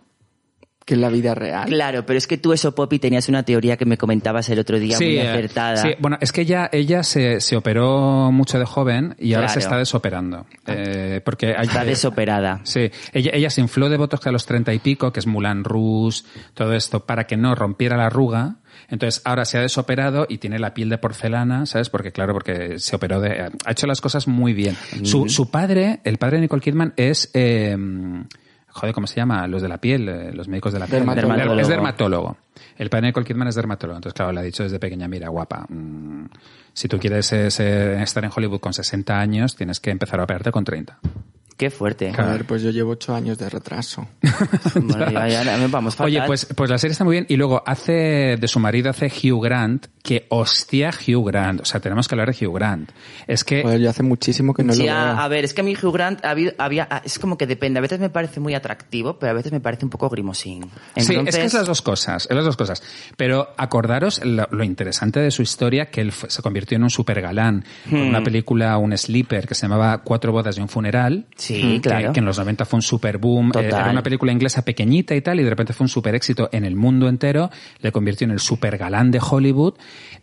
S4: que en la vida real.
S3: Claro, pero es que tú eso, Poppy, tenías una teoría que me comentabas el otro día muy
S2: eh,
S3: acertada.
S2: sí, bueno, es que ella, ella se, se operó mucho de joven y ahora se
S3: Claro. Ah.
S2: está desoperando. Eh, porque hay- [laughs]
S3: Está desoperada.
S2: Sí, ella, ella se infló de botox a los treinta y pico, que es Mulan Rouge, todo esto, para que no rompiera la arruga. Entonces ahora se ha desoperado y tiene la piel de porcelana, ¿sabes? Porque claro, porque se operó de... Ha hecho las cosas muy bien. Su, su padre, el padre de Nicole Kidman, es... eh, joder, ¿cómo se llama? Los de la piel, eh, los médicos de la piel.
S4: Dermatólogo.
S2: Derma- Es dermatólogo. El padre de Nicole Kidman es dermatólogo. Entonces, claro, le ha dicho desde pequeña, mira, guapa, mm, si tú quieres eh, ser- estar en Hollywood con 60 años, tienes que empezar a operarte con 30.
S3: Qué fuerte.
S2: Claro.
S4: Joder, pues yo llevo ocho años de retraso.
S2: Eh, [laughs]
S3: Bueno, ya, ya, ya, vamos fatal.
S2: Oye, pues, pues la serie está muy bien. Y luego hace de su marido, hace Hugh Grant, que hostia Hugh Grant. O sea, tenemos que hablar de Hugh Grant. Es que
S3: Pues
S4: Joder, yo hace muchísimo que no lo
S3: ya,
S4: veo.
S3: ah, a ver, es que a mí Hugh Grant ha habido- había, ah, es como que depende. A veces me parece muy atractivo, pero a veces me parece un poco grimosín.
S2: Sí, es que es las dos cosas, es las dos cosas. Pero acordaros lo, lo interesante de su historia, que él fue- se convirtió en un supergalán, con
S3: Hmm.
S2: una película, un sleeper, que se llamaba Cuatro bodas y un funeral.
S3: Sí,
S2: que-
S3: claro.
S2: Que, en los 90 fue un super boom.
S3: Total.
S2: era una película inglesa pequeñita y tal, y de repente fue un super éxito en el mundo entero. Le convirtió en el supergalán de Hollywood.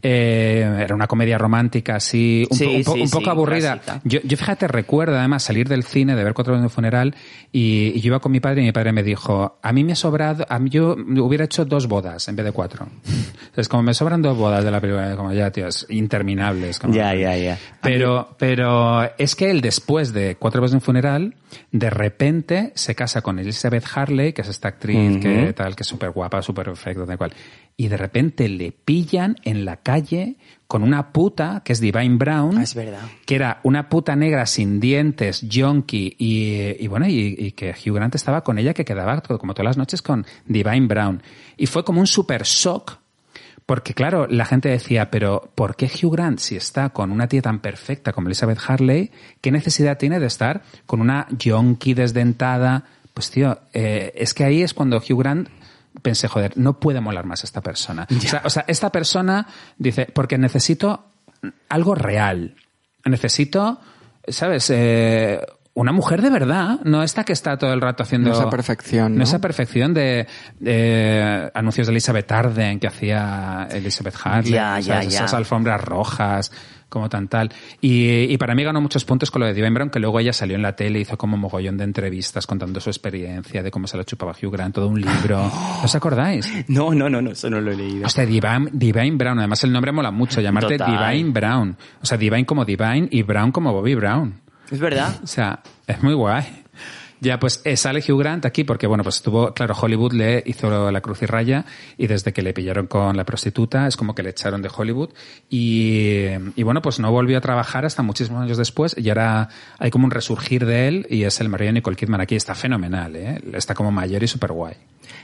S2: Eh, era una comedia romántica así, un,
S3: Sí,
S2: po- un po-
S3: sí,
S2: un poco
S3: sí,
S2: aburrida.
S3: clásica.
S2: Yo, yo fíjate, recuerdo además salir del cine, de ver cuatro horas de funeral, y, y yo iba con mi padre y mi padre me dijo, a mí me ha sobrado, a mí yo hubiera hecho dos bodas en vez de cuatro. [laughs] Es como me sobran dos bodas de la película, como ya, tío, es interminable. es como-
S3: Ya, ya, ya.
S2: Pero, pero es que el después de cuatro horas de un funeral tal, de repente se casa con Elizabeth Harley, que es esta actriz que tal, que es súper guapa, súper perfecta, tal cual. Y de repente le pillan en la calle con una puta, que es Divine Brown.
S3: Ah, es verdad.
S2: Que era una puta negra sin dientes, yonky, y, eh, y bueno, y, y que Hugh Grant estaba con ella, que quedaba to- como todas las noches con Divine Brown. Y fue como un super shock, porque claro, la gente decía, pero ¿por qué Hugh Grant, si está con una tía tan perfecta como Elizabeth Harley, qué necesidad tiene de estar con una yonky desdentada? Pues tío, eh, es que ahí es cuando Hugh Grant pensé, joder, no puede molar más esta persona. O sea, o sea, esta persona dice, porque necesito algo real. Necesito, ¿sabes? Eh, una mujer de verdad, no esta que está todo el rato haciendo...
S4: No esa perfección,
S2: no
S4: ¿no?
S2: esa perfección de eh, anuncios de Elizabeth Arden que hacía Elizabeth Harley.
S3: Ya, ya,
S2: ¿sabes?
S3: ya.
S2: Esas alfombras rojas, como tan tal. Y, y para mí ganó muchos puntos con lo de Divine Brown, que luego ella salió en la tele, hizo como mogollón de entrevistas contando su experiencia, de cómo se lo chupaba Hugh Grant, todo un
S3: [gasps]
S2: libro. ¿Os acordáis?
S3: No, no, no, no, eso no lo he leído.
S2: O sea, Divine, Divine Brown. Además, el nombre mola mucho, llamarte
S3: Total.
S2: Divine Brown. O sea, Divine como Divine y Brown como Bobby Brown.
S3: Es verdad.
S2: O sea, es muy guay. Ya, pues eh, sale Hugh Grant aquí porque, bueno, pues estuvo, claro, Hollywood le hizo la cruz y raya y desde que le pillaron con la prostituta es como que le echaron de Hollywood y, y, bueno, pues no volvió a trabajar hasta muchísimos años después y ahora hay como un resurgir de él y es el marido de Nicole Kidman aquí. Está fenomenal, ¿eh? Está como mayor y súper guay.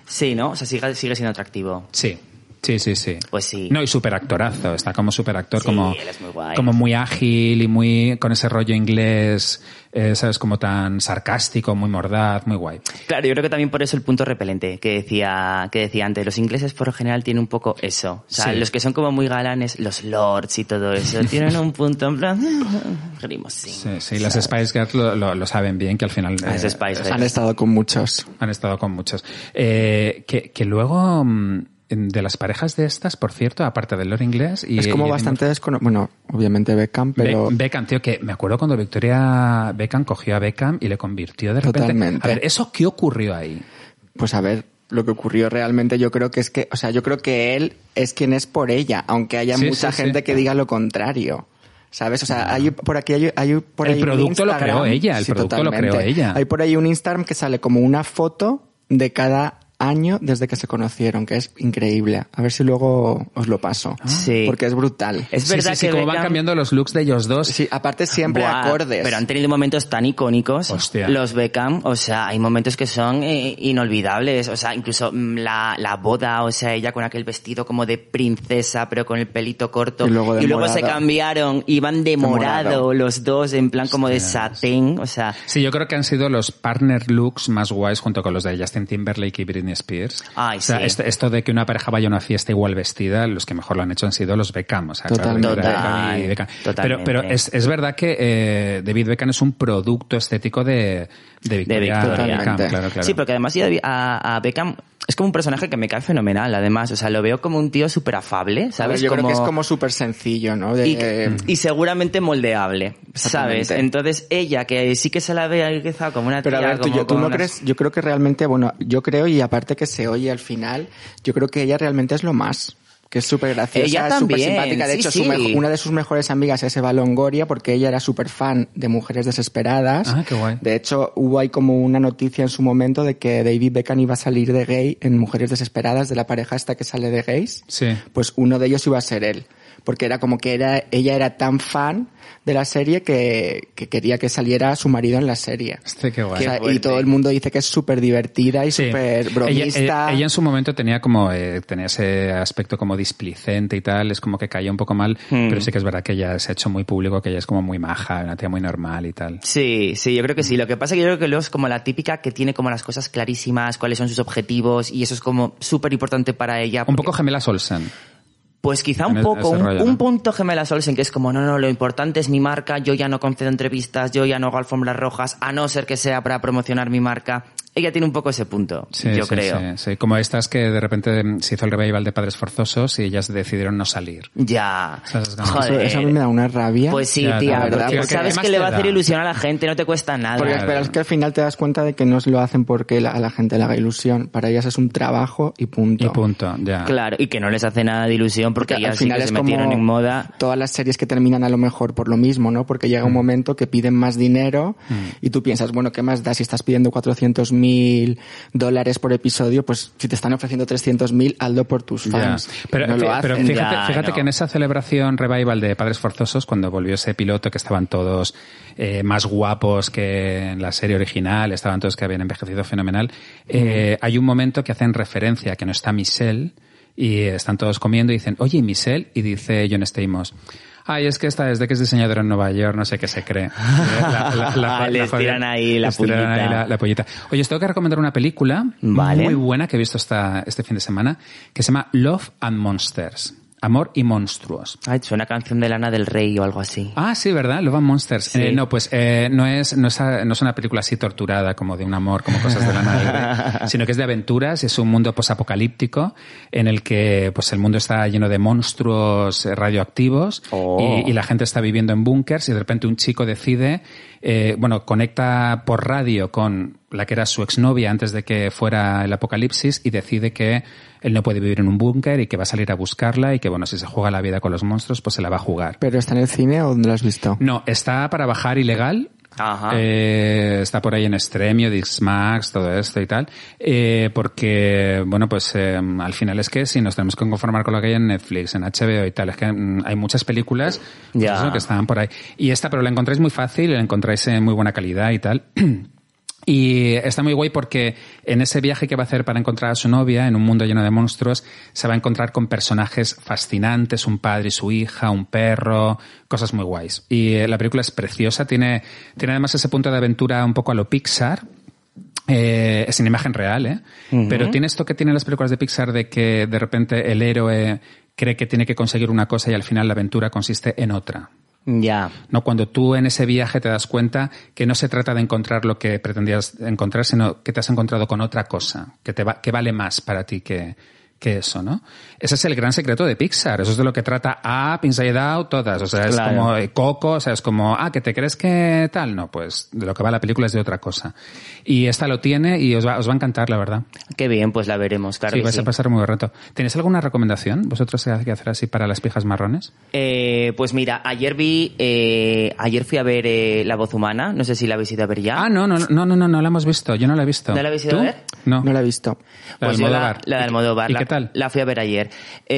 S3: Sí, ¿no? O sea, sigue, sigue siendo atractivo.
S2: Sí. Sí, sí, sí.
S3: Pues sí.
S2: No, y súper actorazo. Está como súper actor,
S3: Sí,
S2: como,
S3: él es muy guay.
S2: como muy ágil y muy con ese rollo inglés, eh, ¿sabes? Como tan sarcástico, muy mordaz, muy guay.
S3: Claro, yo creo que también por eso el punto repelente que decía, que decía antes. Los ingleses por lo general tienen un poco eso. O sea,
S2: Sí.
S3: los que son como muy galanes, los lords y todo eso, tienen un punto en plan... [laughs] Grimosín.
S2: Sí, sí, las Spice Girls lo, lo- lo saben bien, que al final eh,
S3: Las Spice
S4: Han
S3: Girls.
S4: estado con muchos.
S2: han estado con muchos. Eh, que, que luego, mm, de las parejas de estas, por cierto, aparte del lore inglés... Y,
S4: es como
S2: y-
S4: bastante desconocido. Bueno, obviamente Beckham,
S2: Be-
S4: pero
S2: Beckham, tío, que me acuerdo cuando Victoria Beckham cogió a Beckham y le convirtió de repente. A
S4: Totalmente.
S2: ver, ¿eso qué ocurrió ahí?
S4: pues a ver, lo que ocurrió realmente yo creo que es que, o sea, yo creo que él es quien es por ella, aunque haya
S2: Sí,
S4: mucha
S2: sí,
S4: gente
S2: sí.
S4: que diga lo contrario. ¿Sabes? O sea, hay por aquí hay, hay por
S2: El
S4: ahí un
S2: producto lo
S4: Instagram-
S2: creó ella, el producto lo creó ella.
S4: Hay por ahí un Instagram que sale como una foto de cada año desde que se conocieron, que es increíble. A ver si luego os lo paso.
S2: Ah.
S3: Sí.
S4: Porque es brutal.
S3: Es
S2: Sí,
S3: verdad
S2: sí, sí,
S3: que
S2: como van
S3: Beckham-
S2: cambiando los looks de ellos dos.
S4: Sí, aparte siempre
S3: Buah,
S4: acordes.
S3: Pero han tenido momentos tan icónicos.
S2: Hostia.
S3: Los Beckham, o sea, hay momentos que son eh, inolvidables. O sea, incluso mm, la, la boda, o sea, ella con aquel vestido como de princesa, pero con el pelito corto.
S4: Y luego de
S3: se
S4: morado.
S3: cambiaron y van de
S4: De
S3: morado,
S4: morado.
S3: los dos, en plan como de satén. O sea,
S2: Sí, yo creo que han sido los partner looks más guays junto con los de Justin Timberlake y Britney Spears.
S3: Ay,
S2: o sea,
S3: sí.
S2: este- esto de que una pareja vaya a una fiesta igual vestida, los que mejor lo han hecho han sido los Beckham. O sea, claro,
S4: Totalmente.
S2: Victoria Beckham y Beckham.
S3: Total,
S2: Pero,
S3: totalmente.
S2: pero es, es verdad que eh, David Beckham es un producto estético de, de Victoria
S3: Victoria.
S2: Beckham.
S4: Totalmente.
S2: Claro, claro.
S3: Sí, porque además yo a, a Beckham es como un personaje que me cae fenomenal, además. O sea, lo veo como un tío súper afable,
S4: A ver,
S3: ¿sabes?
S4: Yo creo que es como súper sencillo, ¿no? De-
S3: y, y seguramente moldeable, ¿sabes?
S4: Eh, Exactamente.
S3: Entonces ella, que sí que se la ve ahí quizá como una
S4: Pero a
S3: tía,
S4: ver, tú,
S3: como
S4: yo, tú
S3: con
S4: no
S3: unas-
S4: crees, yo creo que realmente, bueno, yo creo y aparte que se oye al final, yo creo que ella realmente es lo más. Que es súper
S3: Ella
S4: graciosa, es súper
S3: también,
S4: simpática. De
S3: sí,
S4: hecho,
S3: sí.
S4: su mejo- una de sus mejores amigas es Eva Longoria, porque ella era súper fan de Mujeres Desesperadas.
S2: Ah, qué guay.
S4: De hecho, hubo ahí como una noticia en su momento de que David Beckham iba a salir de gay en Mujeres Desesperadas, de la pareja hasta que sale de gays
S2: Sí.
S4: pues uno de ellos iba a ser él. Porque era como que era, ella era tan fan de la serie que, que quería que saliera su marido en la serie.
S2: Este, qué guay.
S4: O sea,
S3: fuerte.
S4: y todo el mundo dice que es súper divertida y
S2: Sí.
S4: súper
S2: Ella-
S4: bromista.
S2: Ella, ella en su momento tenía como eh, tenía ese aspecto como displicente y tal, es como que caía un poco mal,
S3: Hmm.
S2: pero sí que es verdad que ella se ha hecho muy público, que ella es como muy maja, una tía muy normal y tal.
S3: Sí, sí, yo creo
S4: Mm.
S3: que sí. Lo que pasa es que yo creo que luego es como la típica que tiene como las cosas clarísimas, cuáles son sus objetivos y eso es como súper importante para ella.
S2: Un
S3: porque-
S2: poco gemela Solsen.
S3: Pues quizá
S2: En
S3: un
S2: el-
S3: poco,
S2: ese
S3: un,
S2: rollo,
S3: un
S2: ¿no?
S3: punto gemela Solsen, que es como, no, no, lo importante es mi marca, yo ya no concedo entrevistas, yo ya no hago alfombras rojas, a no ser que sea para promocionar mi marca. ella tiene un poco ese punto,
S2: Sí,
S3: yo
S2: sí,
S3: creo.
S2: sí, sí. Como estas que de repente se hizo el revival de Padres Forzosos y ellas decidieron no salir.
S3: Ya.
S2: Esas ganas.
S4: Eso,
S3: Joder.
S4: eso a mí me da una rabia.
S3: Pues sí,
S2: Ya,
S3: tía,
S4: la verdad,
S3: porque
S4: porque
S3: sabes
S2: además
S3: que le va a
S2: te
S3: hacer
S2: da.
S3: ilusión a la gente, no te cuesta nada.
S4: Porque
S2: Claro.
S4: esperas que al final te das cuenta de que no lo hacen porque la- a la gente le haga ilusión. Para ellas es un trabajo y punto.
S2: Y punto, ya.
S3: Claro, y que no les hace nada de ilusión porque,
S4: Porque
S3: ya
S4: al final
S3: sí que
S4: es
S3: se metieron
S4: como
S3: en moda.
S4: todas las series que terminan a lo mejor por lo mismo, ¿no? Porque
S2: Mm.
S4: llega un momento que piden más dinero y tú piensas, bueno, ¿qué más da? Si estás pidiendo 400 mil dólares por episodio, pues si te están ofreciendo 300 mil, hazlo por tus
S2: Ya.
S4: fans.
S2: Pero,
S4: No lo
S2: fí- pero
S4: hacen.
S2: fíjate,
S3: Ya,
S2: fíjate
S3: no.
S2: que en esa celebración revival de Padres Forzosos, cuando volvió ese piloto que estaban todos eh, más guapos que en la serie original, estaban todos que habían envejecido fenomenal, eh, hay un momento que hacen referencia a que no está Michelle y están todos comiendo y dicen, oye, ¿y Michelle? Y dice John Stamos. Ay, es que esta desde que es diseñadora en Nueva York, no sé qué se
S3: [laughs]
S2: cree.
S3: Ah, Les
S2: joder-
S3: tiran ahí la
S2: les tiran ahí
S3: pullita.
S2: la- la pollita. Oye, os tengo que recomendar una película
S3: Vale.
S2: muy buena que he visto esta, este fin de semana que se llama Love and Monsters. Amor y monstruos.
S3: Ay, suena canción de Lana del Rey o algo así.
S2: Ah, sí, ¿verdad? Love and Monsters.
S3: Sí.
S2: Eh, no, pues eh, no, es, no, es, no es una película así torturada como de un amor, como cosas de la
S3: [laughs]
S2: nada, sino que es de aventuras, es un mundo posapocalíptico en el que pues el mundo está lleno de monstruos eh, radioactivos
S3: Oh.
S2: y, y la gente está viviendo en búnkers y de repente un chico decide, eh, bueno, conecta por radio con la que era su exnovia antes de que fuera el apocalipsis y decide que él no puede vivir en un búnker y que va a salir a buscarla y que, bueno, si se juega la vida con los monstruos, pues se la va a jugar.
S4: ¿Pero está en el cine o dónde lo has visto?
S2: No, está para bajar ilegal.
S3: Ajá.
S2: Eh, está por ahí en Extremio, Dixmax, todo esto y tal. Eh, porque, bueno, pues eh, al final es que si nos tenemos que conformar con lo que hay en Netflix, en HBO y tal, es que mm, hay muchas películas pues,
S3: Ya.
S2: eso, que están por ahí. Y esta, pero la encontráis muy fácil, la encontráis en muy buena calidad y tal. [clears throat] Y está muy guay porque en ese viaje que va a hacer para encontrar a su novia, en un mundo lleno de monstruos, se va a encontrar con personajes fascinantes, un padre y su hija, un perro, cosas muy guays. Y eh, la película es preciosa, tiene, tiene además ese punto de aventura un poco a lo Pixar, eh, es en imagen real, ¿eh? Pero tiene esto que tienen las películas de Pixar de que de repente el héroe cree que tiene que conseguir una cosa y al final la aventura consiste en otra.
S3: Ya.
S2: No, cuando tú en ese viaje te das cuenta que no se trata de encontrar lo que pretendías encontrar, sino que te has encontrado con otra cosa, que te va- que vale más para ti que, que eso, ¿no? Ese es el gran secreto de Pixar. Eso es de lo que trata Up, Inside Out, todas. O sea, es
S3: Claro.
S2: como eh, Coco, o sea, es como, ah, que te crees que tal. No, pues de lo que va la película es de otra cosa. Y esta lo tiene y os va, os va a encantar, la verdad.
S3: Qué bien, pues la veremos, claro.
S2: sí,
S3: que
S2: vais
S3: sí.
S2: a pasar muy buen rato. ¿Tenéis alguna recomendación vosotros que hacer así para las pijas marrones?
S3: Eh, pues mira, ayer vi, eh, ayer fui a ver eh, La Voz Humana, no sé si la habéis ido a ver ya.
S2: Ah, no, no, no, no, no, no la hemos visto. Yo no la he visto.
S3: ¿No la habéis ido
S2: ¿Tú?
S3: a ver?
S2: No.
S4: No la he visto.
S2: La
S3: Pues
S2: de
S3: yo la,
S2: Almodóvar.
S3: la de Almodóvar.
S2: ¿Y
S3: la-
S2: qué tal?
S3: La fui a ver ayer.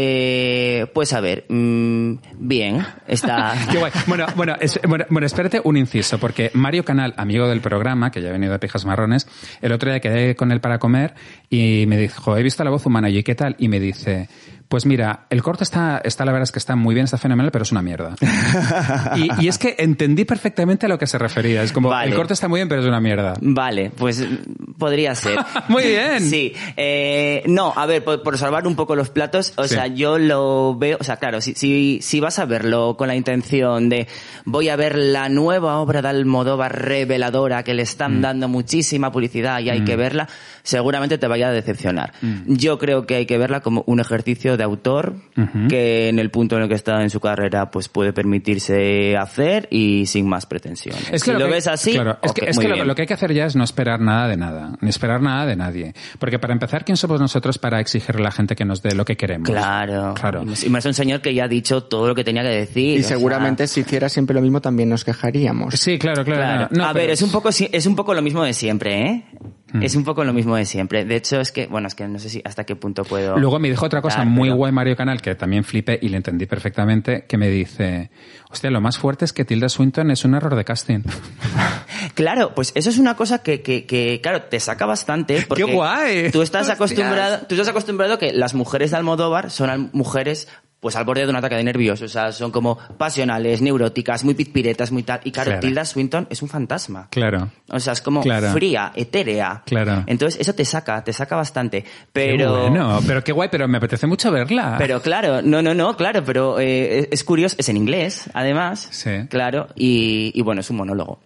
S3: Eh, pues a ver, mm, bien, está...
S2: [laughs] Qué guay. Bueno, bueno, es- bueno, bueno, espérate un inciso, porque Mario Canal, amigo del programa, que ya ha venido a Pijas Marrones, el otro día quedé con él para comer y me dijo, he visto la voz humana, y yo, ¿y qué tal? Y me dice, pues mira, el corto está, está, la verdad es que está muy bien, está fenomenal, pero es una mierda. Y, y es que entendí perfectamente a lo que se refería. Es como,
S3: Vale.
S2: el corto está muy bien, pero es una mierda.
S3: Vale, pues mm, podría ser.
S2: [laughs] Muy bien.
S3: Sí. Eh, no, a ver, por, por salvar un poco los platos, o
S2: Sí.
S3: sea, yo lo veo, o sea, claro, si, si, si vas a verlo con la intención de voy a ver la nueva obra de Almodóvar reveladora que le
S2: Mm.
S3: están dando muchísima publicidad y hay que verla, seguramente te vaya a decepcionar.
S2: Mm.
S3: Yo creo que hay que verla como un ejercicio de autor que en el punto en el que está en su carrera pues puede permitirse hacer y sin más pretensiones. si lo,
S2: que-
S3: ves así,
S2: claro, es
S3: ok,
S2: que, es
S3: muy
S2: que lo,
S3: bien.
S2: lo que hay que hacer ya es no esperar nada de nada, ni esperar nada de nadie. Porque para empezar, ¿quién somos nosotros para exigirle a la gente que nos dé lo que queremos?
S3: Claro.
S2: Claro.
S3: Y más un señor que ya ha dicho todo lo que tenía que decir.
S4: Y
S3: o sea,
S4: seguramente si hiciera siempre lo mismo también nos quejaríamos.
S2: Sí, claro, claro.
S3: claro.
S2: no, no,
S3: a ver,
S2: pero- Hmm.
S3: es un poco si- es un poco lo mismo de siempre, ¿eh? Es un poco lo mismo de siempre. De hecho, es que, bueno, es que no sé si hasta qué punto puedo.
S2: Luego me dijo otra cosa
S3: Claro,
S2: muy
S3: pero-
S2: guay Mario Canal, que también flipé y le entendí perfectamente, que me dice, hostia, lo más fuerte es que Tilda Swinton es un error de casting. [laughs]
S3: Claro, pues eso es una cosa que, que, que, claro, te
S2: [laughs]
S3: saca bastante. Porque
S2: guay!
S3: Tú estás
S2: Hostias.
S3: acostumbrado, tú estás acostumbrado que las mujeres de Almodóvar son al- mujeres pues al borde de un ataque de nervios, o sea, son como pasionales, neuróticas, muy pizpiretas, muy tal. Y claro,
S2: Claro.
S3: Tilda Swinton es un fantasma.
S2: Claro.
S3: O sea, es como
S2: Claro.
S3: fría, etérea.
S2: Claro.
S3: Entonces, eso te saca, te saca bastante.
S2: Qué
S3: Pero.
S2: bueno, pero qué guay, pero me apetece mucho verla.
S3: Pero claro, no, no, no, claro, pero eh, es- es curioso, es en inglés, además.
S2: Sí.
S3: Claro, y, y bueno, es un monólogo.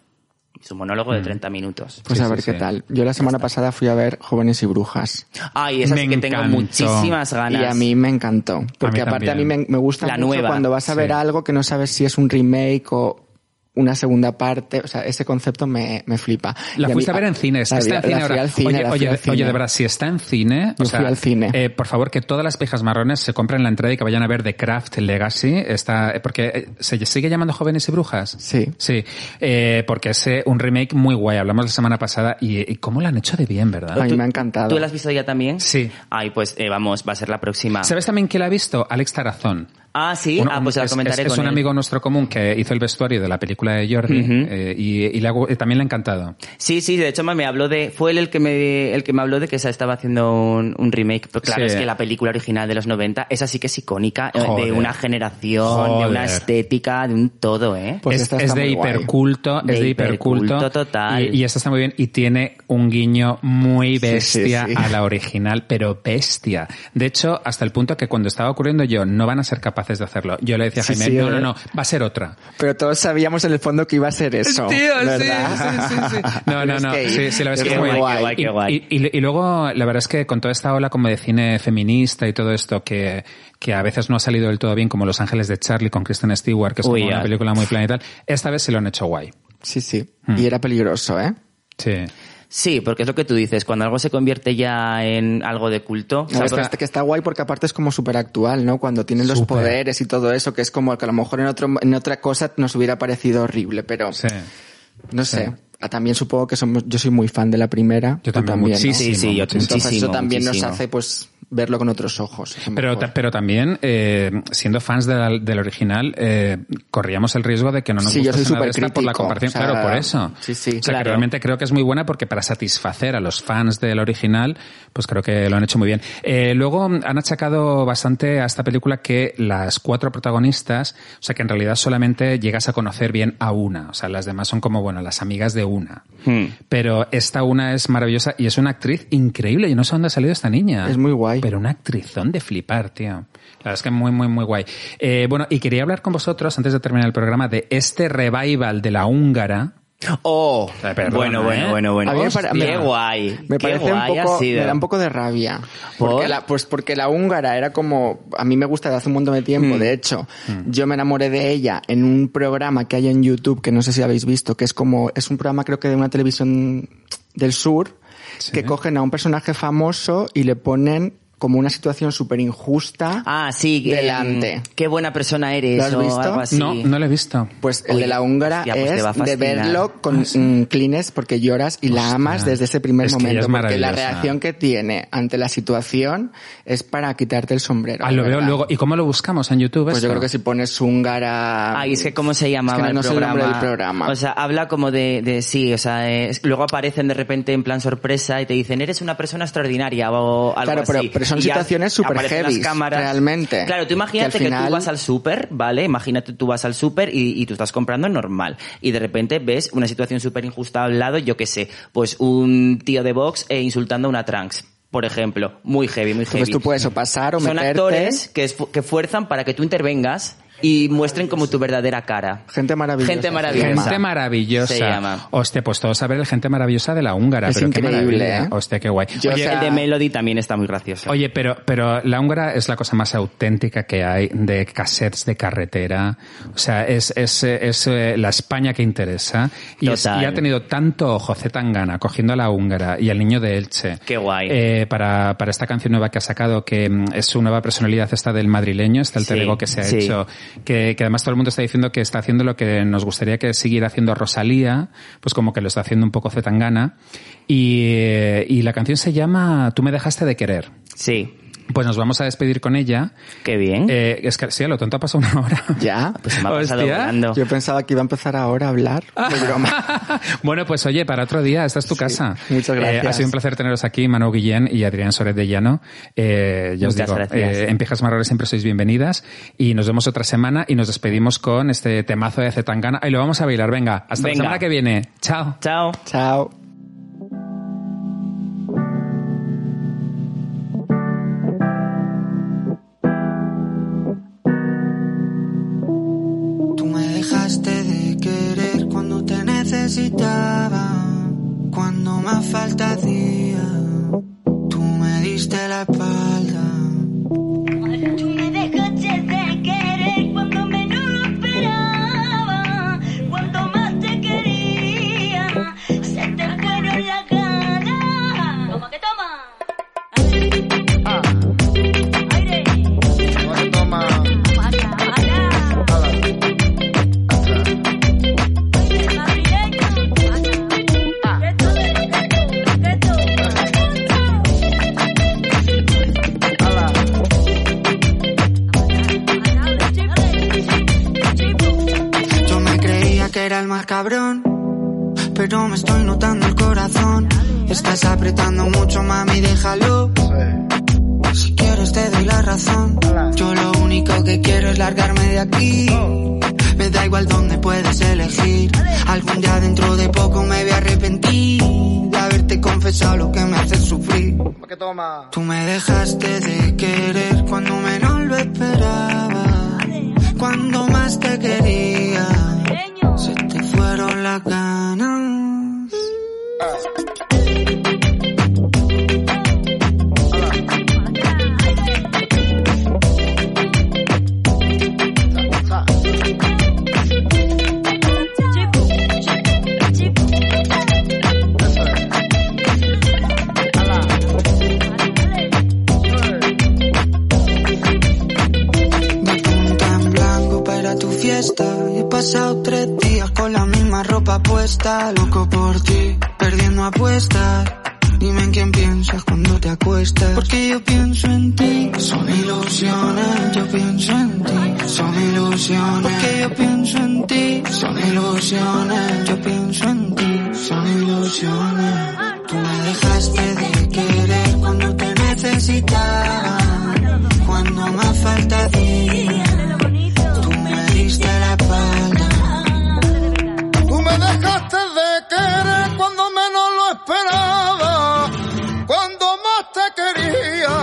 S3: Es un monólogo
S2: Mm.
S3: de 30 minutos.
S4: Pues
S2: Sí,
S4: a
S2: sí,
S4: ver qué
S2: sí.
S4: tal. Yo la semana pasada fui a ver Jóvenes y Brujas.
S3: Ay, esa
S2: Me
S3: sí que tengo
S2: encantó.
S3: muchísimas ganas.
S4: Y a mí me encantó. Porque
S2: mí
S4: aparte a mí
S2: también.
S4: me, me gusta
S3: La
S4: mucho
S3: nueva,
S4: cuando vas a
S2: sí.
S4: ver algo que no sabes si es un remake o una segunda parte. O sea, ese concepto me, me flipa.
S2: La
S4: Y
S2: fuiste a
S4: mí-
S2: ver en cines.
S4: La,
S2: Está
S4: vi-
S2: en cine
S4: la fui
S2: ahora.
S4: al cine,
S2: oye,
S4: la fui
S2: oye,
S4: al cine.
S2: oye, de verdad, si está en cine. o
S4: Yo
S2: sea,
S4: fui al cine.
S2: eh, por favor, que todas las pijas marrones se compren la entrada y que vayan a ver The Craft Legacy. Está, eh, porque eh, se sigue llamando Jóvenes y Brujas.
S4: Sí.
S2: Sí. Eh, porque es eh, un remake muy guay. Hablamos la semana pasada y, y cómo lo han hecho de bien, ¿verdad?
S4: A mí
S3: ¿Tú-
S4: me ha encantado.
S3: ¿Tú la has visto ya también?
S2: Sí.
S3: Ay, pues eh, vamos, va a ser la próxima.
S2: ¿Sabes también quién la ha visto? Alex Tarazón.
S3: Ah, sí,
S2: Uno-
S3: ah, pues la
S2: es,
S3: comentaré
S2: es- es
S3: con
S2: un
S3: él.
S2: amigo nuestro común que hizo el vestuario de la película de Jordi eh, y, y le ha gu- eh, también le ha encantado.
S3: Sí, sí, de hecho me habló de... Fue él el que me, el que me habló de que se estaba haciendo un, un remake. Pero claro,
S2: Sí.
S3: es que la película original de los 90, esa sí que es icónica, eh,
S2: Joder.
S3: de una generación, de una
S2: Joder.
S3: estética, de un todo, ¿eh?
S4: Pues
S2: es,
S4: esta
S2: es
S4: está
S2: de
S4: muy guay.
S2: hiperculto, es
S3: De
S2: de hiperculto.
S3: hiperculto total.
S2: Y, y esta está muy bien y tiene un guiño muy bestia
S4: sí, sí.
S2: a la original, pero bestia. De hecho, hasta el punto que cuando estaba ocurriendo yo, no van a ser capaces de hacerlo. Yo le decía a
S4: Sí,
S2: Jaime,
S4: sí,
S2: no,
S4: ¿eh?
S2: no, no, va a ser otra.
S4: Pero todos sabíamos en el fondo que iba a ser eso. ¿verdad? [laughs]
S2: No, no,
S4: Es
S2: no.
S4: que-
S2: Sí, sí, la ves
S4: es
S2: que es
S4: muy
S2: muy
S4: guay,
S2: guay.
S3: qué guay,
S2: Y, y- y luego, la verdad es que con toda esta ola como de cine feminista y todo esto, que, que a veces no ha salido del todo bien, como Los Ángeles de Charlie con Kristen Stewart, que es
S3: Uy,
S2: como una
S3: ya.
S2: película muy planetal, esta vez se lo han hecho guay.
S4: Sí, sí.
S2: Hmm.
S4: Y era peligroso, ¿eh?
S2: Sí.
S3: Sí, porque es lo que tú dices, cuando algo se convierte ya en algo de culto...
S4: No,
S3: ¿sabes?
S4: pero este que está guay porque aparte es como súper actual, ¿no? Cuando tienen los
S2: Súper.
S4: poderes y todo eso, que es como que a lo mejor en, otro, en otra cosa nos hubiera parecido horrible, pero
S2: Sí.
S4: no sé. Ah, También supongo que somos, yo soy muy fan de la primera.
S2: Yo
S4: tú
S2: también,
S4: ¿no?
S2: muchísimo.
S3: Sí, sí,
S2: muchísimo.
S3: yo
S4: Entonces
S3: muchísimo,
S4: eso también
S3: muchísimo.
S4: nos hace pues verlo con otros ojos. a lo
S2: Pero,
S4: mejor.
S2: ta- pero también, eh, siendo fans de la- del original, eh, corríamos el riesgo de que no nos
S4: Sí, yo
S2: gustase
S4: soy
S2: nada de esta por la
S4: supercrítico,
S2: comparación.
S4: o sea,
S2: claro, por eso.
S4: sí, sí,
S2: O sea, que
S3: claro.
S2: realmente creo que es muy buena porque para satisfacer a los fans del original, pues creo que lo han hecho muy bien. Eh, luego han achacado bastante a esta película que las cuatro protagonistas, o sea, que en realidad solamente llegas a conocer bien a una. O sea, las demás son como, bueno, las amigas de una.
S3: Hmm.
S2: Pero esta una es maravillosa y es una actriz increíble. Yo no sé dónde ha salido esta niña.
S4: Es muy guay.
S2: Pero una actrizón de flipar, tío. La verdad es que muy, muy, muy guay. Eh, bueno, y quería hablar con vosotros, antes de terminar el programa, de este revival de la húngara.
S3: Oh,
S2: Eh, perdona,
S3: bueno, bueno,
S2: ¿eh?
S3: bueno, bueno.
S4: A mí me
S3: Hostia.
S4: pare- me-
S3: qué guay.
S4: Me
S3: qué
S4: parece
S3: guay
S4: un poco,
S3: ha sido.
S4: me da un poco de rabia.
S3: ¿Por?
S4: Porque la, pues porque la húngara era como, a mí me gusta de hace un montón de tiempo,
S3: Mm.
S4: de hecho. Yo me enamoré de ella en un programa que hay en YouTube, que no sé si habéis visto, que es como, es un programa creo que de una televisión del sur, que cogen a un personaje famoso y le ponen como una situación súper injusta.
S3: Ah, sí. eh,
S4: Delante.
S3: qué buena persona eres
S4: ¿Lo has
S3: o
S4: visto?
S3: algo así.
S2: No, no la he visto.
S4: Pues el
S3: Oye,
S4: de la húngara
S3: hostia, pues te va a
S4: es de
S3: fascinar. Ah,
S4: verlo con mm, clines porque lloras y la amas desde ese primer
S2: Es que ella
S4: momento.
S2: es
S4: Porque la
S2: maravillosa.
S4: reacción que tiene ante la situación es para quitarte el sombrero.
S2: Ah, lo
S4: ¿verdad?
S2: veo luego. ¿Y cómo lo buscamos en YouTube?
S4: Pues
S2: esto?
S4: yo creo que si pones húngara.
S3: Ay, es que cómo se llamaba
S4: Es que no,
S3: el
S4: no sé el
S3: programa.
S4: nombre del programa.
S3: O sea, habla como de, de sí, o sea, es- luego aparecen de repente en plan sorpresa y te dicen, eres una persona extraordinaria o algo
S4: Claro, pero-
S3: así.
S4: pero son
S3: Y ya
S4: situaciones súper
S3: aparecen las
S4: heavies,
S3: cámaras.
S4: realmente.
S3: Claro, tú imagínate que,
S4: Que al final-
S3: tú vas al súper, ¿vale? Imagínate tú vas al súper y, y tú estás comprando normal. Y de repente ves una situación súper injusta al lado, yo qué sé, pues un tío de box eh, insultando a una trans. Por ejemplo, muy heavy, muy heavy.
S4: Entonces tú puedes o pasar o
S3: Son
S4: meterte.
S3: actores que, esfu- que fuerzan para que tú intervengas y muestren como tu verdadera cara.
S4: Gente maravillosa.
S3: Gente maravillosa.
S2: Gente maravillosa.
S3: Se llama.
S2: Hostia, pues todos a ver el gente maravillosa de la húngara.
S4: Es
S2: pero qué
S4: increíble,
S2: maravilla.
S4: ¿eh?
S2: Hostia, qué guay.
S4: Yo,
S2: Oye,
S4: o sea,
S3: El de Melody también está muy gracioso.
S2: Oye, pero, pero la húngara es la cosa más auténtica que hay de cassettes de carretera. O sea, es, es, eh, es, eh, la España que interesa. Y, es-
S3: Total.
S2: y ha tenido tanto ojo Zetangana cogiendo a la húngara y al niño de Elche.
S3: Qué guay.
S2: eh, para, para esta canción nueva que ha sacado, que mm, es su nueva personalidad esta del madrileño, está el
S3: Sí,
S2: telego que se ha
S3: sí.
S2: hecho. Que, que además todo el mundo está diciendo que está haciendo lo que nos gustaría que siguiera haciendo Rosalía, pues como que lo está haciendo un poco Zetangana. Y, eh, y la canción se llama Tú me dejaste de querer.
S3: Sí,
S2: Pues nos vamos a despedir con ella.
S3: qué bien.
S2: Eh, es que sí, a lo tonto ha pasado una hora.
S4: Ya.
S3: pues Ah. se me ha pasado
S2: hostia.
S3: volando.
S4: Yo pensaba que iba a empezar ahora a hablar. De
S3: [laughs]
S4: broma.
S2: [laughs] bueno, pues oye, para otro día, esta es tu casa. Eh,
S4: muchas gracias.
S2: ha sido un placer teneros aquí, Manu Guillén y Adrián Soret de Llano. Eh, ya os
S3: Muchas
S2: digo,
S3: gracias.
S2: eh, en Pijas Marrones siempre sois bienvenidas y nos vemos otra semana y nos despedimos con este temazo de Zetangana. Y lo vamos a bailar, venga. Hasta
S3: Venga.
S2: la semana que viene. Chao.
S3: Chao.
S4: Chao.
S5: Tú me dejaste de querer cuando te necesité. necesitaba cuando más falta hacía. Tú me diste la espalda.
S6: Tú me dejaste de querer cuando menos lo esperaba. Cuando más te quería, se te fueron la cara. Toma que toma. Aire. Guaca, guaca. Aire, madrileño. Gueto, gueto, gueto.
S5: Yo me creía que era el más cabrón, pero me estoy notando el corazón. Estás apretando mucho, mami, déjalo. Si quieres te doy la razón. Yo lo único que quiero es largarme de aquí. Me da igual dónde puedes elegir. Algún día dentro de poco me voy a arrepentir de haberte confesado lo que me hace sufrir. Tú me dejaste de querer cuando menos lo esperaba. Cuando más te quería, se te fueron las ganas. De punta en blanco para tu fiesta. He pasado tres días con la misma ropa puesta. Loco por ti, perdiendo apuestas. Dime en quién piensas cuando te acuestas. Porque yo pienso en ti, son ilusiones. Yo pienso en ti, son ilusiones. Porque yo pienso en ti, son ilusiones. Yo pienso en ti, son ilusiones. Tú me dejaste de querer cuando te necesitaba. Cuando más falta hacía. Tú me diste la espalda.
S7: Tú me dejaste de querer cuando menos lo esperaba. Cuando más te quería,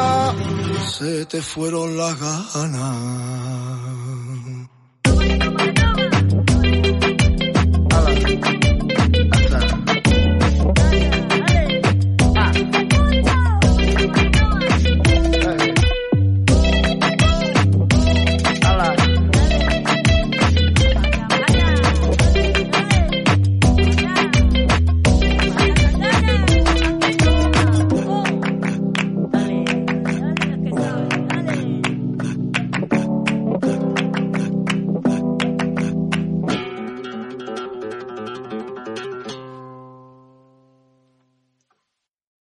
S7: se te fueron las ganas.